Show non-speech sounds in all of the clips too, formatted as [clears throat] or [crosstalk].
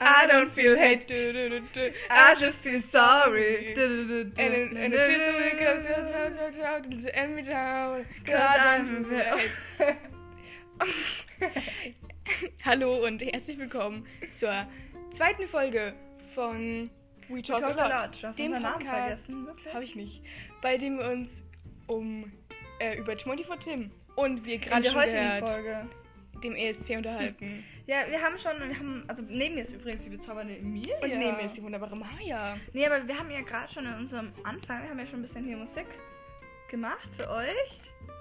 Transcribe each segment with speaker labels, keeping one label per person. Speaker 1: I don't feel hate, I
Speaker 2: I
Speaker 1: just feel sorry. And
Speaker 2: And it, and it feels so it comes out, out, out, out, and me down.
Speaker 1: God,
Speaker 2: God, I'm
Speaker 1: I'm
Speaker 2: Hallo und herzlich willkommen zur zweiten Folge von We
Speaker 1: [laughs]
Speaker 2: Talk,
Speaker 1: Talk
Speaker 2: a
Speaker 1: a
Speaker 2: Lot.
Speaker 1: lot. Du hast
Speaker 2: Den
Speaker 1: unseren Namen
Speaker 2: Podcast
Speaker 1: vergessen, wirklich?
Speaker 2: Habe ich nicht. Bei dem wir uns um äh, über 24 Tim und wir
Speaker 1: In
Speaker 2: gerade
Speaker 1: der
Speaker 2: schon
Speaker 1: heutigen
Speaker 2: gehört,
Speaker 1: Folge. [laughs]
Speaker 2: dem ESC unterhalten.
Speaker 1: Ja, wir haben schon, wir haben, also neben mir ist übrigens die bezaubernde Emilia.
Speaker 2: Und E nehmen jetzt die wunderbare Maya.
Speaker 1: Nee, aber wir haben ja gerade schon in unserem Anfang, wir haben ja schon ein bisschen hier Musik gemacht für euch.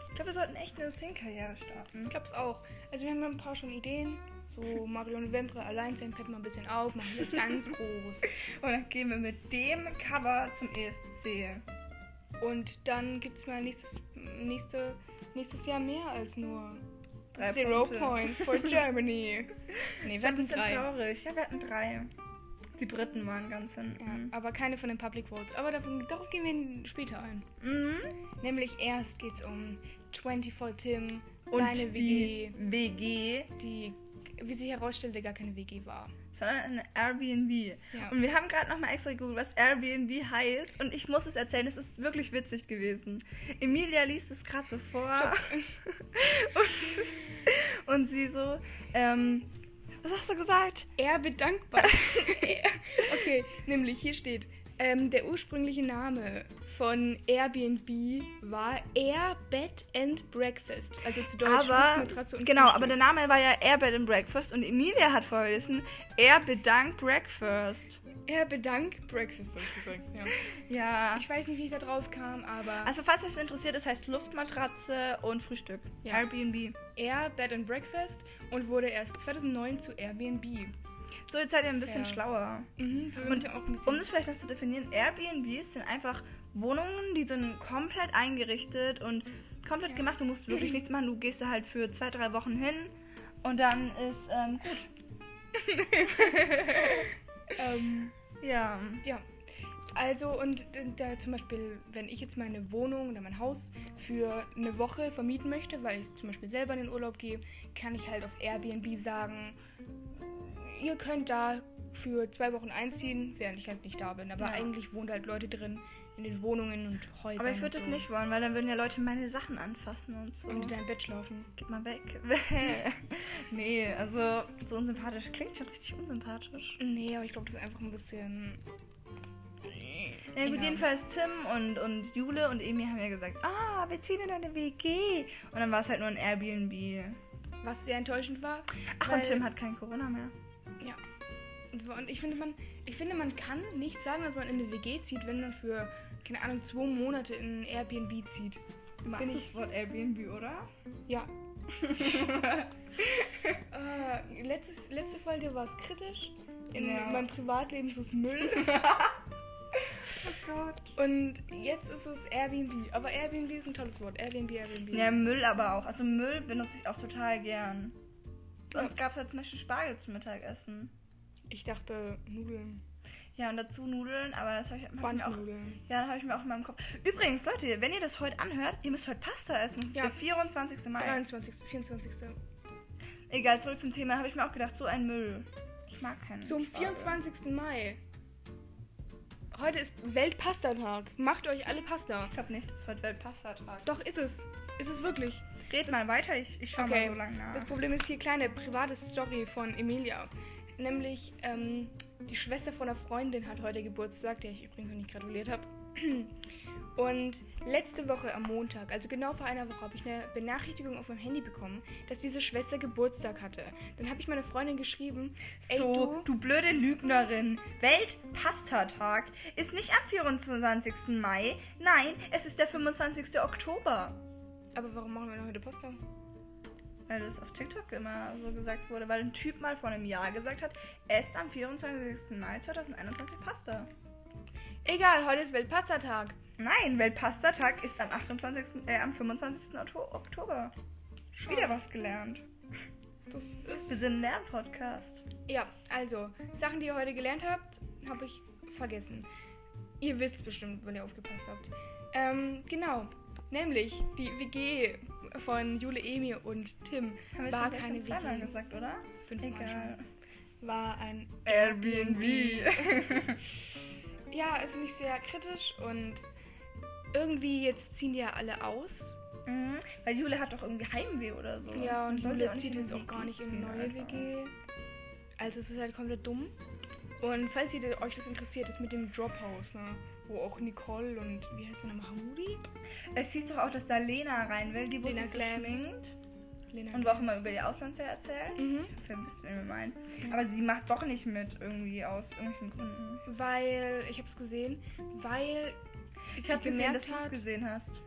Speaker 1: Ich glaube, wir sollten echt eine Sing-Karriere starten.
Speaker 2: Ich glaube es auch. Also wir haben ja ein paar schon Ideen. So Mario November allein sein, peppt mal ein bisschen auf, machen
Speaker 1: [laughs]
Speaker 2: das ganz groß.
Speaker 1: Und dann gehen wir mit dem Cover zum E ESC.
Speaker 2: Und dann gibt es mal nächstes, nächste, nächstes Jahr mehr als nur
Speaker 1: Drei
Speaker 2: Zero
Speaker 1: Punkte.
Speaker 2: Points
Speaker 1: [laughs]
Speaker 2: for Germany. nee,
Speaker 1: Ich
Speaker 2: wir
Speaker 1: war ein
Speaker 2: hatten
Speaker 1: bisschen
Speaker 2: drei.
Speaker 1: traurig. Ja, wir hatten drei. Die Briten waren ganz
Speaker 2: Ja,
Speaker 1: hinten.
Speaker 2: aber keine von den Public Votes. Aber davon, darauf gehen wir später ein.
Speaker 1: Mhm.
Speaker 2: Nämlich erst geht's um 24 Tim,
Speaker 1: Und
Speaker 2: seine
Speaker 1: die
Speaker 2: WG,
Speaker 1: WG,
Speaker 2: die, wie sich herausstellte, gar keine WG war.
Speaker 1: sondern eine Airbnb.
Speaker 2: Ja.
Speaker 1: Und wir haben gerade nochmal extra gegoogelt, was Airbnb heißt. Und ich muss es erzählen, es ist wirklich witzig gewesen. Emilia liest es gerade so vor. [laughs] und, und sie so, ähm, was hast du gesagt?
Speaker 2: Er bedankbar. Er- [laughs] okay, nämlich hier steht, ähm, der ursprüngliche Name von Airbnb war Air Bed and Breakfast. Also zu Deutsch Hm.
Speaker 1: aber,
Speaker 2: Fußmatratze und
Speaker 1: genau,
Speaker 2: Frühstück.
Speaker 1: aber der Name war ja Air Bed and Breakfast und Emilia hat vorgelesen, Air Bedank Breakfast.
Speaker 2: Air Bedank Breakfast, hab ich gesagt. Ja.
Speaker 1: Ja.
Speaker 2: Ich weiß nicht, wie ich da drauf kam, aber
Speaker 1: Ah. Also falls euch das interessiert, das heißt Luftmatratze und Frühstück.
Speaker 2: Ja.
Speaker 1: Airbnb.
Speaker 2: Air Bed and Breakfast und wurde erst 2009 zu Airbnb.
Speaker 1: So, jetzt seid ihr ein bisschen
Speaker 2: Ja.
Speaker 1: schlauer.
Speaker 2: Mhm, wir
Speaker 1: Und
Speaker 2: müssen auch ein bisschen
Speaker 1: Um das vielleicht noch zu definieren, Airbnbs sind einfach Wohnungen, die sind komplett eingerichtet und komplett
Speaker 2: Ja.
Speaker 1: gemacht. Du musst wirklich
Speaker 2: [laughs]
Speaker 1: nichts machen. Du gehst da halt für zwei, drei Wochen hin und dann ist
Speaker 2: [laughs]
Speaker 1: ähm, gut.
Speaker 2: ähm,
Speaker 1: Ja.
Speaker 2: Ja. Also und da zum Beispiel, wenn ich jetzt meine Wohnung oder mein Haus für eine Woche vermieten möchte, weil ich zum Beispiel selber in den Urlaub gehe, kann ich halt auf Airbnb sagen, ihr könnt da für zwei Wochen einziehen, während ich halt nicht da bin. Aber
Speaker 1: Ja.
Speaker 2: eigentlich wohnen halt Leute drin in den Wohnungen und Häusern.
Speaker 1: Aber ich würde das
Speaker 2: und so.
Speaker 1: nicht wollen, weil dann würden ja Leute meine Sachen anfassen und so.
Speaker 2: Und in dein Bett schlafen.
Speaker 1: Geht mal weg. [laughs] nee, also so unsympathisch klingt schon richtig unsympathisch.
Speaker 2: Nee, aber ich glaube, das ist einfach ein bisschen.
Speaker 1: Ja, gut,
Speaker 2: Ja.
Speaker 1: jedenfalls Tim und, und Jule und Emi haben ja gesagt, ah, wir ziehen in eine WG. Und dann war es halt nur ein Airbnb.
Speaker 2: Was sehr enttäuschend war,
Speaker 1: Ach,
Speaker 2: Weil-
Speaker 1: und Tim hat kein Corona mehr.
Speaker 2: Und ich finde, man, ich finde, man kann nicht sagen, dass man in eine WG zieht, wenn man für, keine Ahnung, zwei Monate in ein Airbnb zieht. Max.
Speaker 1: das Wort Airbnb, oder?
Speaker 2: [laughs] Ja. Äh, letztes, letzte Folge war es kritisch. In
Speaker 1: Ja.
Speaker 2: meinem Privatleben ist es Müll.
Speaker 1: [laughs] oh Gott.
Speaker 2: Und jetzt ist es Airbnb. Aber Airbnb ist ein tolles Wort. Airbnb, Airbnb.
Speaker 1: Ja, Müll aber auch. Also Müll benutze ich auch total gern. Bei
Speaker 2: Ja.
Speaker 1: uns gab es halt zum Beispiel Spargel zum Mittagessen.
Speaker 2: Ich dachte Nudeln.
Speaker 1: Ja, und dazu Nudeln, aber das habe ich, hab ich mir auch.
Speaker 2: Bandnudeln.
Speaker 1: Ja, habe ich mir auch in meinem Kopf. Übrigens, Leute, wenn ihr das heute anhört, ihr müsst heute Pasta essen. Das ist
Speaker 2: Ja. Genau,
Speaker 1: der 24. Mai.
Speaker 2: 23., 24.
Speaker 1: Egal, zurück zum Thema. Habe ich mir auch gedacht, so ein Müll. Ich mag keinen.
Speaker 2: Zum
Speaker 1: Spargel.
Speaker 2: 24. Mai. Heute ist Weltpastatag. Macht euch alle Pasta.
Speaker 1: Ich glaube nicht, dass heute Weltpastatag.
Speaker 2: Doch, ist es. Ist es wirklich.
Speaker 1: Red mal weiter, ich, ich schau mal
Speaker 2: Okay.
Speaker 1: so lange nach.
Speaker 2: Das Problem ist hier kleine private Story von Emilia. Nämlich, ähm, die Schwester von einer Freundin hat heute Geburtstag, der ich übrigens noch nicht gratuliert habe. [clears throat] Und letzte Woche am Montag, also genau vor einer Woche, habe ich eine Benachrichtigung auf meinem Handy bekommen, dass diese Schwester Geburtstag hatte. Dann habe ich meiner Freundin geschrieben, ey,
Speaker 1: so,
Speaker 2: du-
Speaker 1: du blöde Lügnerin. Weltpastatag ist nicht am 24. Mai. Nein, es ist der 25. Oktober.
Speaker 2: aber warum machen wir noch heute Poster?
Speaker 1: Weil das auf TikTok immer so gesagt wurde, weil ein Typ mal vor einem Jahr gesagt hat, esst am 24. Mai 2021 Pasta.
Speaker 2: Egal, heute ist Weltpastatag.
Speaker 1: Nein, Weltpastatag ist am 28. Äh, am 25. Okto- Oktober. Wieder was gelernt.
Speaker 2: Das
Speaker 1: Wir
Speaker 2: ist.
Speaker 1: sind ein Lernpodcast.
Speaker 2: Ja, also, Sachen, die ihr heute gelernt habt, habe ich vergessen. Ihr wisst bestimmt, wenn ihr aufgepasst habt. Ähm, genau. Nämlich die WG von Jule Emi und Tim
Speaker 1: Haben wir
Speaker 2: war
Speaker 1: schon gleich
Speaker 2: keine
Speaker 1: schon zweimal
Speaker 2: WG.
Speaker 1: gesagt, oder?
Speaker 2: Fünfmal
Speaker 1: Egal.
Speaker 2: war ein [laughs]
Speaker 1: Airbnb.
Speaker 2: Ja, ist nicht sehr kritisch und irgendwie jetzt ziehen die ja alle aus.
Speaker 1: mhm. Weil Jule hat doch irgendwie Heimweh oder so.
Speaker 2: Ja, und
Speaker 1: Dann soll sie
Speaker 2: Jule
Speaker 1: nicht
Speaker 2: zieht
Speaker 1: in
Speaker 2: jetzt
Speaker 1: die
Speaker 2: auch gar nicht in
Speaker 1: ziehen
Speaker 2: eine neue
Speaker 1: einfach.
Speaker 2: WG. Also es ist halt komplett dumm. Und falls ihr euch das interessiert, ist mit dem Drophouse, ne? Wo auch Nicole und wie heißt der nochmal? Hamudi?
Speaker 1: Es hieß doch auch, dass da Lena rein will, die wurde
Speaker 2: Lena
Speaker 1: sich so
Speaker 2: Glass.
Speaker 1: schminkt.
Speaker 2: Lena.
Speaker 1: Und wo auch immer über ihr Auslandsjahr erzählt.
Speaker 2: Mhm.
Speaker 1: Vermisst, wen wir meinen.
Speaker 2: Ja.
Speaker 1: Aber sie macht doch nicht mit, irgendwie aus irgendwelchen Gründen.
Speaker 2: Weil, ich hab's gesehen, weil
Speaker 1: Ich
Speaker 2: sie
Speaker 1: habe gesehen, dass
Speaker 2: gemerkt
Speaker 1: du es
Speaker 2: hat,
Speaker 1: gesehen hast.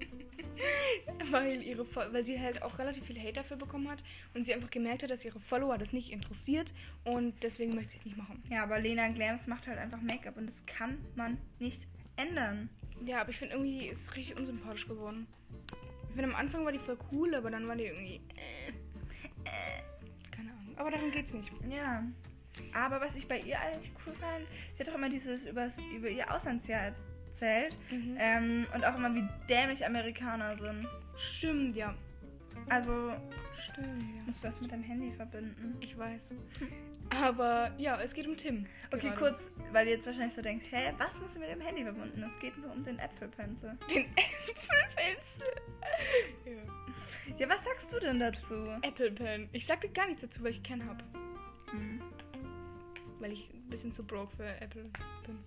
Speaker 2: [laughs] weil, ihre, Fol- weil sie halt auch relativ viel Hate dafür bekommen hat und sie einfach gemerkt hat, dass ihre Follower das nicht interessiert und deswegen möchte sie es nicht machen.
Speaker 1: Ja, aber Lena Glams macht halt einfach Make-up und das kann man nicht ändern.
Speaker 2: Ja, aber ich finde irgendwie, ist es richtig unsympathisch geworden. Ich finde, am Anfang war die voll cool, aber dann war die irgendwie. Äh, äh, keine Ahnung. Aber darum geht's nicht.
Speaker 1: Ja. Aber was ich bei ihr eigentlich cool fand, sie hat doch immer dieses übers, über ihr Auslandsjahr erzählt
Speaker 2: Mhm.
Speaker 1: ähm, und auch immer, wie dämlich Amerikaner sind.
Speaker 2: Stimmt, ja.
Speaker 1: Also
Speaker 2: Stimmt, ja.
Speaker 1: musst du das mit deinem Handy verbinden.
Speaker 2: Ich weiß. Aber ja, es geht um Tim.
Speaker 1: Okay,
Speaker 2: gerade.
Speaker 1: kurz, weil ihr jetzt wahrscheinlich so denkt, hä, was musst du mit dem Handy verbinden? Es geht nur um den Äpfelpencil.
Speaker 2: Den Äpfelpinsel. [laughs] ja.
Speaker 1: Ja, was sagst du denn dazu?
Speaker 2: Apple Pen. Ich sagte gar nichts dazu, weil ich keinen hab.
Speaker 1: Hm.
Speaker 2: Weil ich ein bisschen zu broke für Apple bin.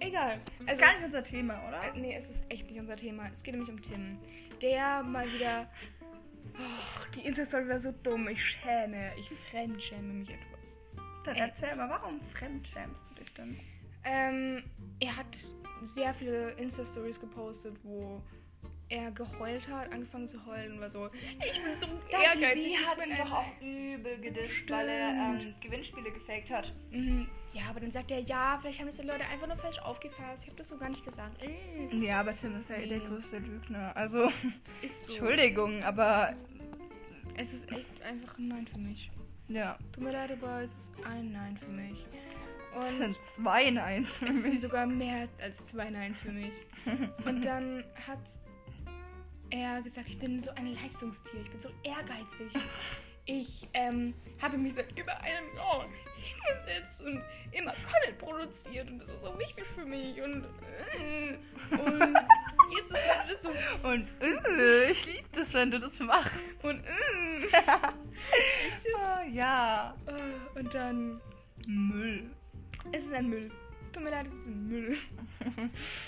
Speaker 2: Egal. Also,
Speaker 1: ist gar nicht unser Thema, oder?
Speaker 2: Äh, Nee, es ist echt nicht unser Thema. Es geht nämlich um Tim. Der mal wieder. Och, die Insta-Story war so dumm. Ich schäme. Ich fremdschäme mich etwas.
Speaker 1: Dann
Speaker 2: äh.
Speaker 1: erzähl mal, warum fremdschämst du dich denn?
Speaker 2: Ähm, er hat sehr viele Insta-Stories gepostet, wo er geheult hat, angefangen zu heulen und war so. Ich bin so ehrgeizig.
Speaker 1: Die
Speaker 2: ich
Speaker 1: hat
Speaker 2: bin
Speaker 1: ihn
Speaker 2: ein-
Speaker 1: doch auch übel gedischt, weil er ähm,
Speaker 2: Stimmt.
Speaker 1: Gewinnspiele gefaked hat.
Speaker 2: Mhm. Ja, aber dann sagt er, ja, vielleicht haben das die Leute einfach nur falsch aufgefasst. Ich habe das so gar nicht gesagt. Äh,
Speaker 1: Ja, aber Tim ist ja eh der
Speaker 2: Nee.
Speaker 1: größte Lügner. Also,
Speaker 2: Ist
Speaker 1: [laughs]
Speaker 2: so.
Speaker 1: Entschuldigung, aber
Speaker 2: Es ist echt einfach ein Nein für mich.
Speaker 1: ja,
Speaker 2: Tut mir leid, aber es ist ein Nein für mich.
Speaker 1: das
Speaker 2: Und
Speaker 1: sind zwei Neins für
Speaker 2: es sind
Speaker 1: mich.
Speaker 2: sogar mehr als zwei Neins für mich. Und dann hat er gesagt, ich bin so ein Leistungstier, ich bin so ehrgeizig. Ich ähm, habe mich seit über einem Jahr hingesetzt und immer Content produziert und das ist so wichtig für mich. Und, äh, und jetzt ist leider das so.
Speaker 1: [laughs] Und äh, ich liebe das, wenn du das machst.
Speaker 2: Und, äh, ich jetzt,
Speaker 1: Ah, ja,
Speaker 2: äh, und dann
Speaker 1: Müll.
Speaker 2: es ist ein Müll. Tut mir leid, es ist ein Müll.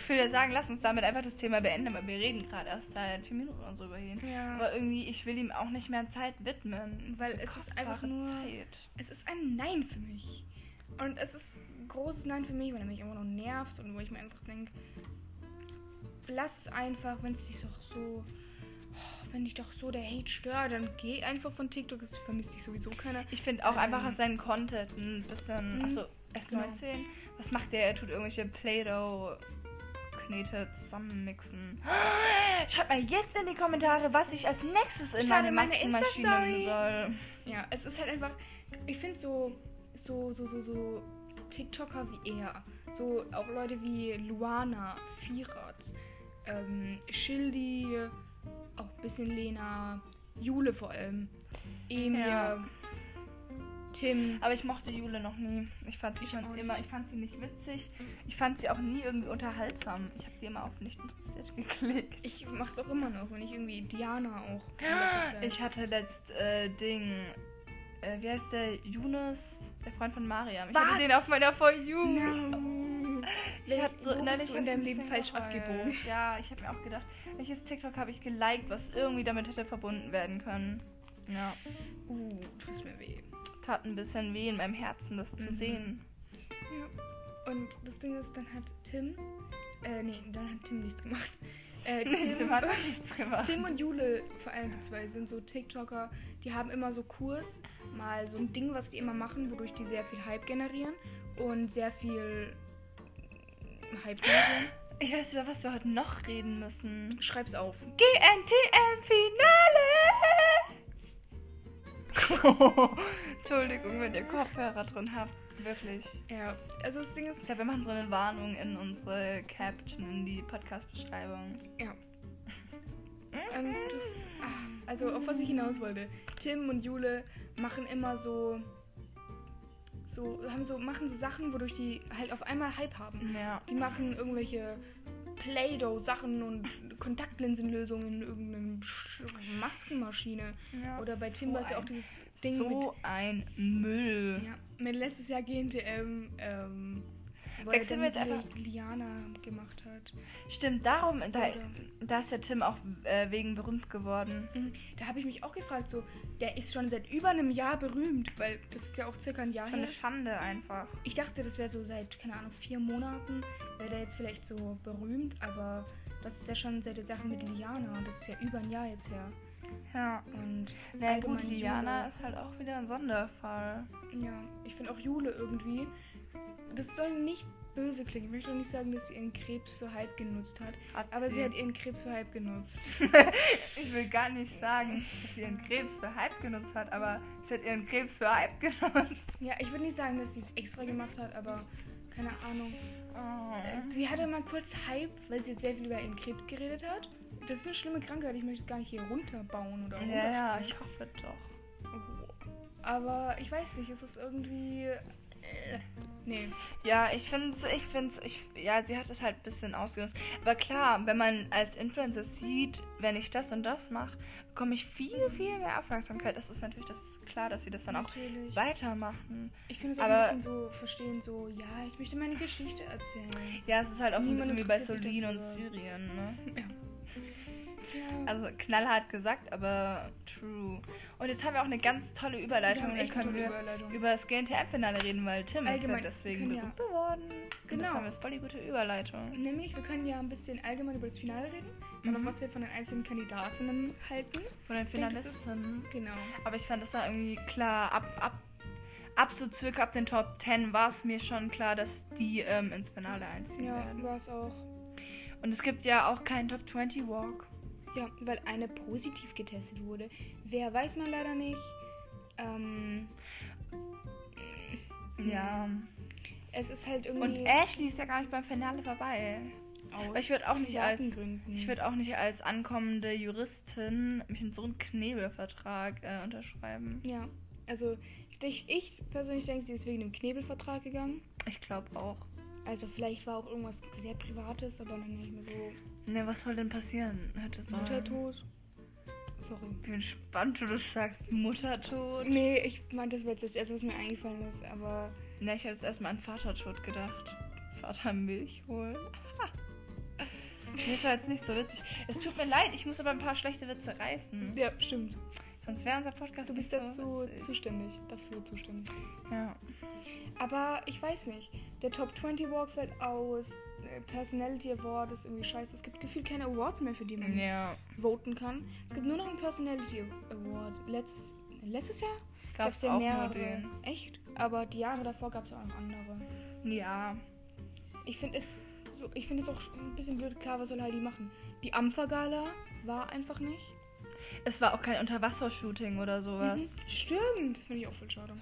Speaker 1: Ich würde ja sagen, lass uns damit einfach das Thema beenden, weil wir reden gerade erst seit vier Minuten und so über ihn.
Speaker 2: Ja.
Speaker 1: Aber irgendwie, ich will ihm auch nicht mehr Zeit widmen.
Speaker 2: Weil
Speaker 1: so
Speaker 2: es ist
Speaker 1: kostbare
Speaker 2: einfach nur-
Speaker 1: Zeit.
Speaker 2: Es ist ein Nein für mich. Und es ist ein großes Nein für mich, weil er mich immer noch nervt und wo ich mir einfach denke, lass es einfach, wenn es dich doch so, oh, wenn dich doch so der Hate stört, dann geh einfach von TikTok, es vermisst dich sowieso keiner.
Speaker 1: Ich finde auch einfach
Speaker 2: Ähm.
Speaker 1: seinen Content ein bisschen. also Achso,
Speaker 2: Mhm.
Speaker 1: S19. Was macht der? Er tut irgendwelche Play-Doh-Knete zusammenmixen. [gasps] Schreibt mal jetzt in die Kommentare, was ich als nächstes in
Speaker 2: Schade,
Speaker 1: meine
Speaker 2: meine
Speaker 1: Maskenmaschine
Speaker 2: Insta-Story.
Speaker 1: soll.
Speaker 2: Ja, es ist halt einfach, ich finde so, so, so, so, so TikToker wie er, so auch Leute wie Luana, Firat, ähm, Schildi, auch ein bisschen Lena, Jule vor allem, Emir,
Speaker 1: Ja.
Speaker 2: Tim.
Speaker 1: Aber ich mochte Jule noch nie. Ich fand sie
Speaker 2: Ich auch
Speaker 1: schon
Speaker 2: nicht.
Speaker 1: immer. Ich fand sie nicht witzig. Ich fand sie auch nie irgendwie unterhaltsam. Ich habe die immer auf nicht interessiert [laughs] geklickt.
Speaker 2: Ich mach's auch immer noch, wenn ich irgendwie Diana auch.
Speaker 1: Ich hatte letzt äh, Ding. Äh, wie heißt der? Yunus, der Freund von Mariam. Ich
Speaker 2: Was?
Speaker 1: hatte den auf meiner For You.
Speaker 2: Nein.
Speaker 1: Ich hab so
Speaker 2: Wo bist
Speaker 1: innerlich
Speaker 2: du
Speaker 1: hab ich
Speaker 2: in deinem
Speaker 1: ein
Speaker 2: Leben
Speaker 1: bisschen
Speaker 2: falsch
Speaker 1: geheult.
Speaker 2: abgebogen.
Speaker 1: Ja, ich habe mir auch gedacht, welches TikTok habe ich geliked, was irgendwie damit hätte verbunden werden können. Ja,
Speaker 2: Uh, tut mir weh.
Speaker 1: tat ein bisschen weh in meinem Herzen, das zu
Speaker 2: Mhm.
Speaker 1: sehen.
Speaker 2: Ja. Und das Ding ist, dann hat Tim. Äh, nee, dann hat Tim
Speaker 1: [laughs]
Speaker 2: nichts gemacht. Äh,
Speaker 1: Tim hat auch nichts gemacht.
Speaker 2: Tim und Jule, vor allem die zwei, sind so TikToker, die haben immer so Kurs, mal so ein Ding, was die immer machen, wodurch die sehr viel Hype generieren und sehr viel Hype generieren.
Speaker 1: ich weiß, über was wir heute noch reden müssen.
Speaker 2: Schreib's auf.
Speaker 1: GNTM Finale! [laughs] Entschuldigung, wenn ihr Kopfhörer drin habt. Wirklich.
Speaker 2: Ja, also das Ding ist,
Speaker 1: Ich glaube, wir machen so eine Warnung in unsere Caption, in die Podcast-Beschreibung.
Speaker 2: ja. Und das, ah, also auf was ich hinaus wollte. Tim und Jule machen immer so so, haben so, machen so Sachen, wodurch die halt auf einmal Hype haben.
Speaker 1: Ja.
Speaker 2: Die machen irgendwelche Play-Doh-Sachen und Kontaktlinsenlösungen in irgendeiner Sch- Maskenmaschine.
Speaker 1: ja
Speaker 2: Oder bei
Speaker 1: so
Speaker 2: Tim war es ja auch
Speaker 1: ein-
Speaker 2: dieses Ding
Speaker 1: So ein Müll.
Speaker 2: mit, ja, mit letztes Jahr GNTM, ähm, wo er
Speaker 1: Wechseln
Speaker 2: dann
Speaker 1: wir jetzt
Speaker 2: diese
Speaker 1: einfach-
Speaker 2: Liana gemacht hat.
Speaker 1: Stimmt, darum, da,
Speaker 2: Oder-
Speaker 1: da ist der Tim auch äh, wegen berühmt geworden.
Speaker 2: Mhm, Da habe ich mich auch gefragt, so, der ist schon seit über einem Jahr berühmt, weil das ist ja auch circa ein Jahr
Speaker 1: Das ist eine
Speaker 2: her.
Speaker 1: Schande einfach.
Speaker 2: Ich dachte, das wäre so seit, keine Ahnung, vier Monaten, wäre der jetzt vielleicht so berühmt, aber das ist ja schon seit der Sache mit Liana und das ist ja über ein Jahr jetzt her.
Speaker 1: Ja.
Speaker 2: Und
Speaker 1: Na gut,
Speaker 2: allgemein
Speaker 1: Liana ist halt auch wieder ein Sonderfall.
Speaker 2: Jule, ja, ich finde auch Jule irgendwie, das soll nicht böse klingen. Ich möchte auch nicht sagen, dass sie ihren Krebs für Hype genutzt hat,
Speaker 1: Hat
Speaker 2: aber sie hat ihren Krebs für Hype genutzt.
Speaker 1: [laughs] ich will gar nicht sagen, dass sie ihren Krebs für Hype genutzt hat, aber sie hat ihren Krebs für Hype [laughs] genutzt.
Speaker 2: Ja, ich würde nicht sagen, dass sie es extra gemacht hat, aber keine Ahnung. Äh,
Speaker 1: Oh.
Speaker 2: Sie hatte mal kurz Hype, weil sie jetzt sehr viel über ihren Krebs geredet hat. Das ist eine schlimme Krankheit, ich möchte es gar nicht hier runterbauen oder
Speaker 1: Ja, ja,
Speaker 2: runterspielen.
Speaker 1: ich hoffe doch.
Speaker 2: Aber ich weiß nicht, es ist irgendwie. Äh, nee.
Speaker 1: Ja, ich finde ich find's, ich, ja, sie hat es halt ein bisschen ausgenutzt. Aber klar, wenn man als Influencer sieht, wenn ich das und das mache, bekomme ich viel, viel mehr Aufmerksamkeit. Es ist natürlich das, klar, dass sie das dann auch
Speaker 2: natürlich.
Speaker 1: weitermachen.
Speaker 2: Ich könnte es auch
Speaker 1: aber-
Speaker 2: ein bisschen so verstehen, so, ja, ich möchte meine Geschichte erzählen.
Speaker 1: Ja, es ist halt auch so ein
Speaker 2: Niemand
Speaker 1: bisschen wie bei
Speaker 2: interessiert sich
Speaker 1: Solin und
Speaker 2: dafür.
Speaker 1: Syrien, ne?
Speaker 2: Ja.
Speaker 1: Also knallhart gesagt, aber true. Und jetzt haben wir auch eine ganz tolle Überleitung.
Speaker 2: Wir haben
Speaker 1: dann
Speaker 2: echt eine
Speaker 1: können
Speaker 2: tolle
Speaker 1: wir
Speaker 2: Überleitung.
Speaker 1: über das GNTM-Finale reden, weil Tim
Speaker 2: Allgemein,
Speaker 1: ist ja deswegen
Speaker 2: wir können
Speaker 1: berühmt geworden. Und
Speaker 2: Genau.
Speaker 1: das haben wir voll die gute Überleitung.
Speaker 2: Nämlich, wir können ja ein bisschen allgemein über das Finale reden und
Speaker 1: Mhm.
Speaker 2: auch was wir von den einzelnen Kandidatinnen halten.
Speaker 1: Von den
Speaker 2: Ich denke, das ist-
Speaker 1: Finalisten.
Speaker 2: Genau.
Speaker 1: Aber ich fand das war irgendwie klar, ab, ab, ab so circa ab den Top 10 war es mir schon klar, dass die ähm, ins Finale einziehen
Speaker 2: Ja,
Speaker 1: werden.
Speaker 2: war es auch.
Speaker 1: Und es gibt ja auch keinen Top 20 Walk.
Speaker 2: Ja, weil eine positiv getestet wurde. Wer weiß man leider nicht. Ähm,
Speaker 1: Ja.
Speaker 2: es ist halt
Speaker 1: Und
Speaker 2: irgendwie.
Speaker 1: Ashley ist ja gar nicht beim Finale vorbei.
Speaker 2: aus
Speaker 1: Aber ich würd auch nicht als-
Speaker 2: privaten Gründen.
Speaker 1: Ich würde auch nicht als ankommende Juristin mich in so einen Knebelvertrag äh, unterschreiben.
Speaker 2: Ja, also ich, ich persönlich denke, sie ist wegen dem Knebelvertrag gegangen.
Speaker 1: Ich glaube auch.
Speaker 2: Also vielleicht war auch irgendwas sehr Privates, aber dann nicht mehr so
Speaker 1: Ne, was soll denn passieren? Hätte sollen.
Speaker 2: Muttertod. Sorry.
Speaker 1: Ich bin gespannt, wo du sagst Muttertod.
Speaker 2: Nee, ich meinte, das war jetzt das Erste, was mir eingefallen ist, aber
Speaker 1: Ne, ich hätte jetzt erstmal an Vatertod gedacht. Vater Milch holen. [laughs] Nee, das war jetzt nicht so witzig. Es tut mir leid, ich muss aber ein paar schlechte Witze reißen.
Speaker 2: ja, stimmt.
Speaker 1: Sonst wäre unser Podcast
Speaker 2: Du bist
Speaker 1: nicht
Speaker 2: dazu
Speaker 1: so witzig.
Speaker 2: zuständig, dafür zuständig.
Speaker 1: Ja.
Speaker 2: Aber ich weiß nicht. Der Top 20 Walk fällt aus. äh, Personality Award ist irgendwie scheiße. Es gibt gefühlt keine Awards mehr, für die man
Speaker 1: Ja.
Speaker 2: voten kann. Es gibt nur noch einen Personality Award. Letztes, letztes Jahr gab
Speaker 1: Gab's
Speaker 2: es ja
Speaker 1: auch nur
Speaker 2: mehrere.
Speaker 1: den.
Speaker 2: Echt? Aber die Jahre davor gab es ja auch noch andere.
Speaker 1: Ja.
Speaker 2: Ich finde es, so, ich finde es auch sch- ein bisschen blöd. Klar, was soll Heidi machen? Die Ampfergala war einfach nicht.
Speaker 1: Es war auch kein Unterwassershooting oder sowas.
Speaker 2: Mhm. Stimmt. Das finde ich auch voll schade.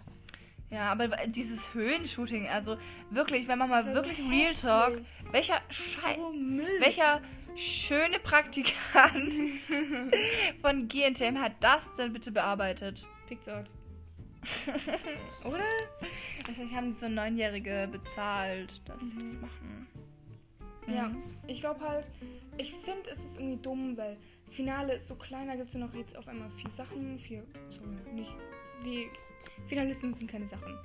Speaker 1: Ja, aber dieses Höhenshooting, also wirklich, wenn man mal
Speaker 2: Das war so
Speaker 1: wirklich Real
Speaker 2: hässlich.
Speaker 1: Talk, welcher Schei
Speaker 2: So Müll.
Speaker 1: welcher schöne Praktikant
Speaker 2: [laughs]
Speaker 1: von GNTM hat das denn bitte bearbeitet?
Speaker 2: Pixart.
Speaker 1: [laughs]
Speaker 2: Oder?
Speaker 1: Wahrscheinlich haben die so Neunjährige bezahlt, dass die
Speaker 2: Mhm.
Speaker 1: das machen.
Speaker 2: Ja,
Speaker 1: Mhm.
Speaker 2: ich glaube halt, ich finde es ist irgendwie dumm, weil Finale ist so klein, da gibt es nur noch jetzt auf einmal vier Sachen, vier, sorry, nicht, die Finalisten sind keine Sachen.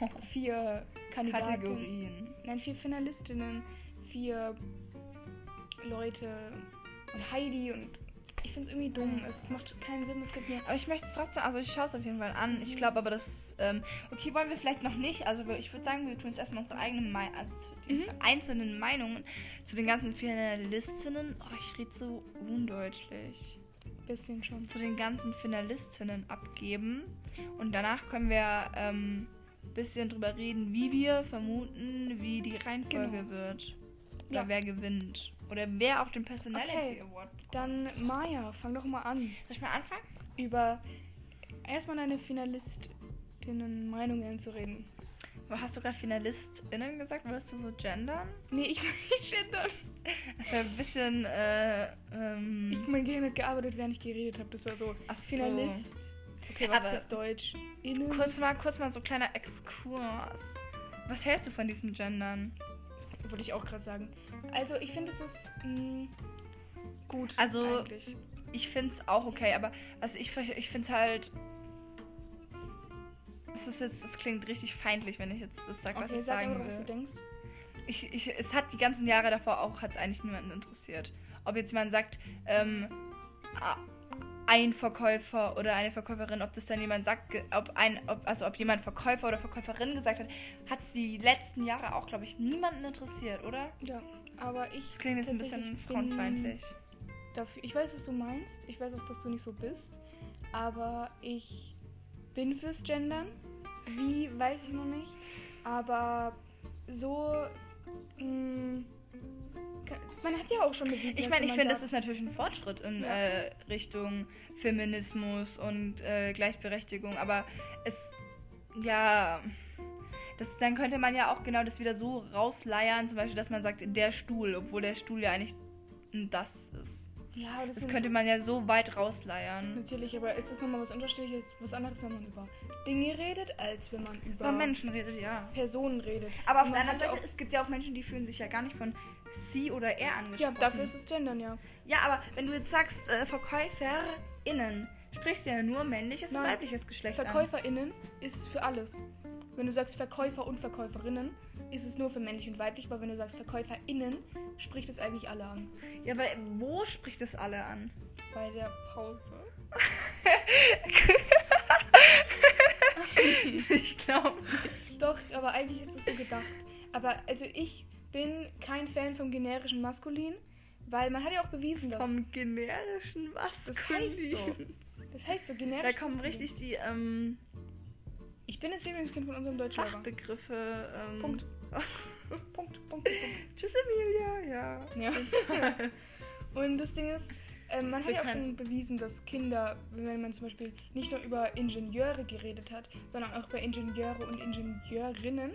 Speaker 1: Oh,
Speaker 2: Vier Kandidaten,
Speaker 1: Kategorien.
Speaker 2: nein, vier Finalistinnen, vier Leute und Heidi und ich finde es irgendwie dumm, es macht keinen Sinn, es gibt mir,
Speaker 1: Aber ich möchte es trotzdem, also ich schaue es auf jeden Fall an. Ich glaube aber, dass, ähm, okay, wollen wir vielleicht noch nicht. Also wir- ich würde sagen, wir tun jetzt erstmal unsere eigenen Mei also die
Speaker 2: Mhm.
Speaker 1: unsere einzelnen Meinungen zu den ganzen Finalistinnen. Oh, ich rede so undeutlich.
Speaker 2: ein bisschen schon.
Speaker 1: Zu den ganzen Finalistinnen abgeben. Und danach können wir ähm, ein bisschen drüber reden, wie wir vermuten, wie die Reihenfolge
Speaker 2: Genau.
Speaker 1: wird. Oder
Speaker 2: Ja.
Speaker 1: wer gewinnt. Oder wer auch den Personality
Speaker 2: Okay.
Speaker 1: Award.
Speaker 2: Dann Maya, fang doch mal an,
Speaker 1: Soll ich mal anfangen?
Speaker 2: über erstmal deine Finalistinnen-Meinungen zu reden.
Speaker 1: Hast du gerade FinalistInnen gesagt? Würdest du so gendern?
Speaker 2: Nee, ich [laughs] will nicht gendern.
Speaker 1: Das war ein bisschen, äh, ähm,
Speaker 2: Ich, mein Gehirn hat gearbeitet, während ich geredet habe. Das war so
Speaker 1: Ach so.
Speaker 2: Finalist, Okay, was
Speaker 1: Aber-
Speaker 2: ist jetzt Deutsch? Innen?
Speaker 1: Kurz mal, kurz mal so kleiner Exkurs. Was hältst du von diesem Gendern?
Speaker 2: Würde ich auch gerade sagen. Also ich finde, es ist mh, gut.
Speaker 1: Also-
Speaker 2: eigentlich.
Speaker 1: Ich find's auch okay, aber was ich ver- ich find's halt es ist jetzt es klingt richtig feindlich, wenn ich jetzt das sag, was
Speaker 2: Okay,
Speaker 1: ich
Speaker 2: sag
Speaker 1: sagen
Speaker 2: einfach, was du
Speaker 1: will.
Speaker 2: denkst.
Speaker 1: Ich, ich, es hat die ganzen Jahre davor auch hat's eigentlich niemanden interessiert. Ob jetzt jemand sagt ähm, a- ein Verkäufer oder eine Verkäuferin, ob das dann jemand sagt, ge- ob ein ob, also ob jemand Verkäufer oder Verkäuferin gesagt hat, hat's die letzten Jahre auch glaube ich niemanden interessiert, oder?
Speaker 2: Ja, aber ich.
Speaker 1: Das klingt jetzt ein bisschen
Speaker 2: tatsächlich bin
Speaker 1: frauenfeindlich.
Speaker 2: Dafür, ich weiß, was du meinst. Ich weiß auch, dass du nicht so bist. Aber ich bin fürs Gendern. Wie, weiß ich noch nicht. Aber so. Mh, ka- man hat ja auch schon bewiesen.
Speaker 1: Ich
Speaker 2: dass
Speaker 1: meine,
Speaker 2: wenn
Speaker 1: ich
Speaker 2: man
Speaker 1: finde, es
Speaker 2: sagt-
Speaker 1: ist natürlich ein Fortschritt in
Speaker 2: Ja.
Speaker 1: äh, Richtung Feminismus und äh, Gleichberechtigung, aber es, ja, das, dann könnte man ja auch genau das wieder so rausleiern, zum Beispiel, dass man sagt, der Stuhl, obwohl der Stuhl ja eigentlich ein das ist.
Speaker 2: Ja, aber das,
Speaker 1: Das
Speaker 2: sind-
Speaker 1: könnte man ja so weit rausleiern.
Speaker 2: Natürlich, aber ist das nochmal was unterschiedliches, was anderes, wenn man über Dinge redet, als wenn man über
Speaker 1: Über Menschen redet, ja.
Speaker 2: Personen redet.
Speaker 1: Aber auf
Speaker 2: Man
Speaker 1: der anderen
Speaker 2: hat
Speaker 1: Seite, es gibt ja auch Menschen, die fühlen sich ja gar nicht von sie oder er
Speaker 2: auch,
Speaker 1: angesprochen.
Speaker 2: ja, dafür ist es Gendern, ja.
Speaker 1: Ja, aber wenn du jetzt sagst, äh, VerkäuferInnen, sprichst du ja nur männliches und
Speaker 2: Nein.
Speaker 1: weibliches Geschlecht an.
Speaker 2: VerkäuferInnen ist für alles. Wenn du sagst Verkäufer und Verkäuferinnen, ist es nur für männlich und weiblich, aber wenn du sagst VerkäuferInnen, spricht es eigentlich alle an.
Speaker 1: Ja, aber wo spricht es alle an?
Speaker 2: Bei der Pause. Hm.
Speaker 1: [laughs] ich glaube.
Speaker 2: Doch, aber eigentlich ist es so gedacht. Aber also ich bin kein Fan vom generischen Maskulin, weil man hat ja auch bewiesen, dass.
Speaker 1: Vom generischen was?
Speaker 2: Das heißt so. Das heißt so generisch.
Speaker 1: Da kommen
Speaker 2: Maskulin.
Speaker 1: richtig die ähm,
Speaker 2: Ich bin das Lieblingskind von unserem Deutschlehrer.
Speaker 1: Fachbegriffe. Ähm,
Speaker 2: Punkt. Punkt, Punkt, Punkt.
Speaker 1: [laughs] Tschüss, Emilia. Ja.
Speaker 2: Ja. Und das Ding ist, ähm, man hat
Speaker 1: Wir
Speaker 2: ja auch
Speaker 1: können-
Speaker 2: schon bewiesen, dass Kinder, wenn man zum Beispiel nicht nur über Ingenieure geredet hat, sondern auch über Ingenieure und Ingenieurinnen,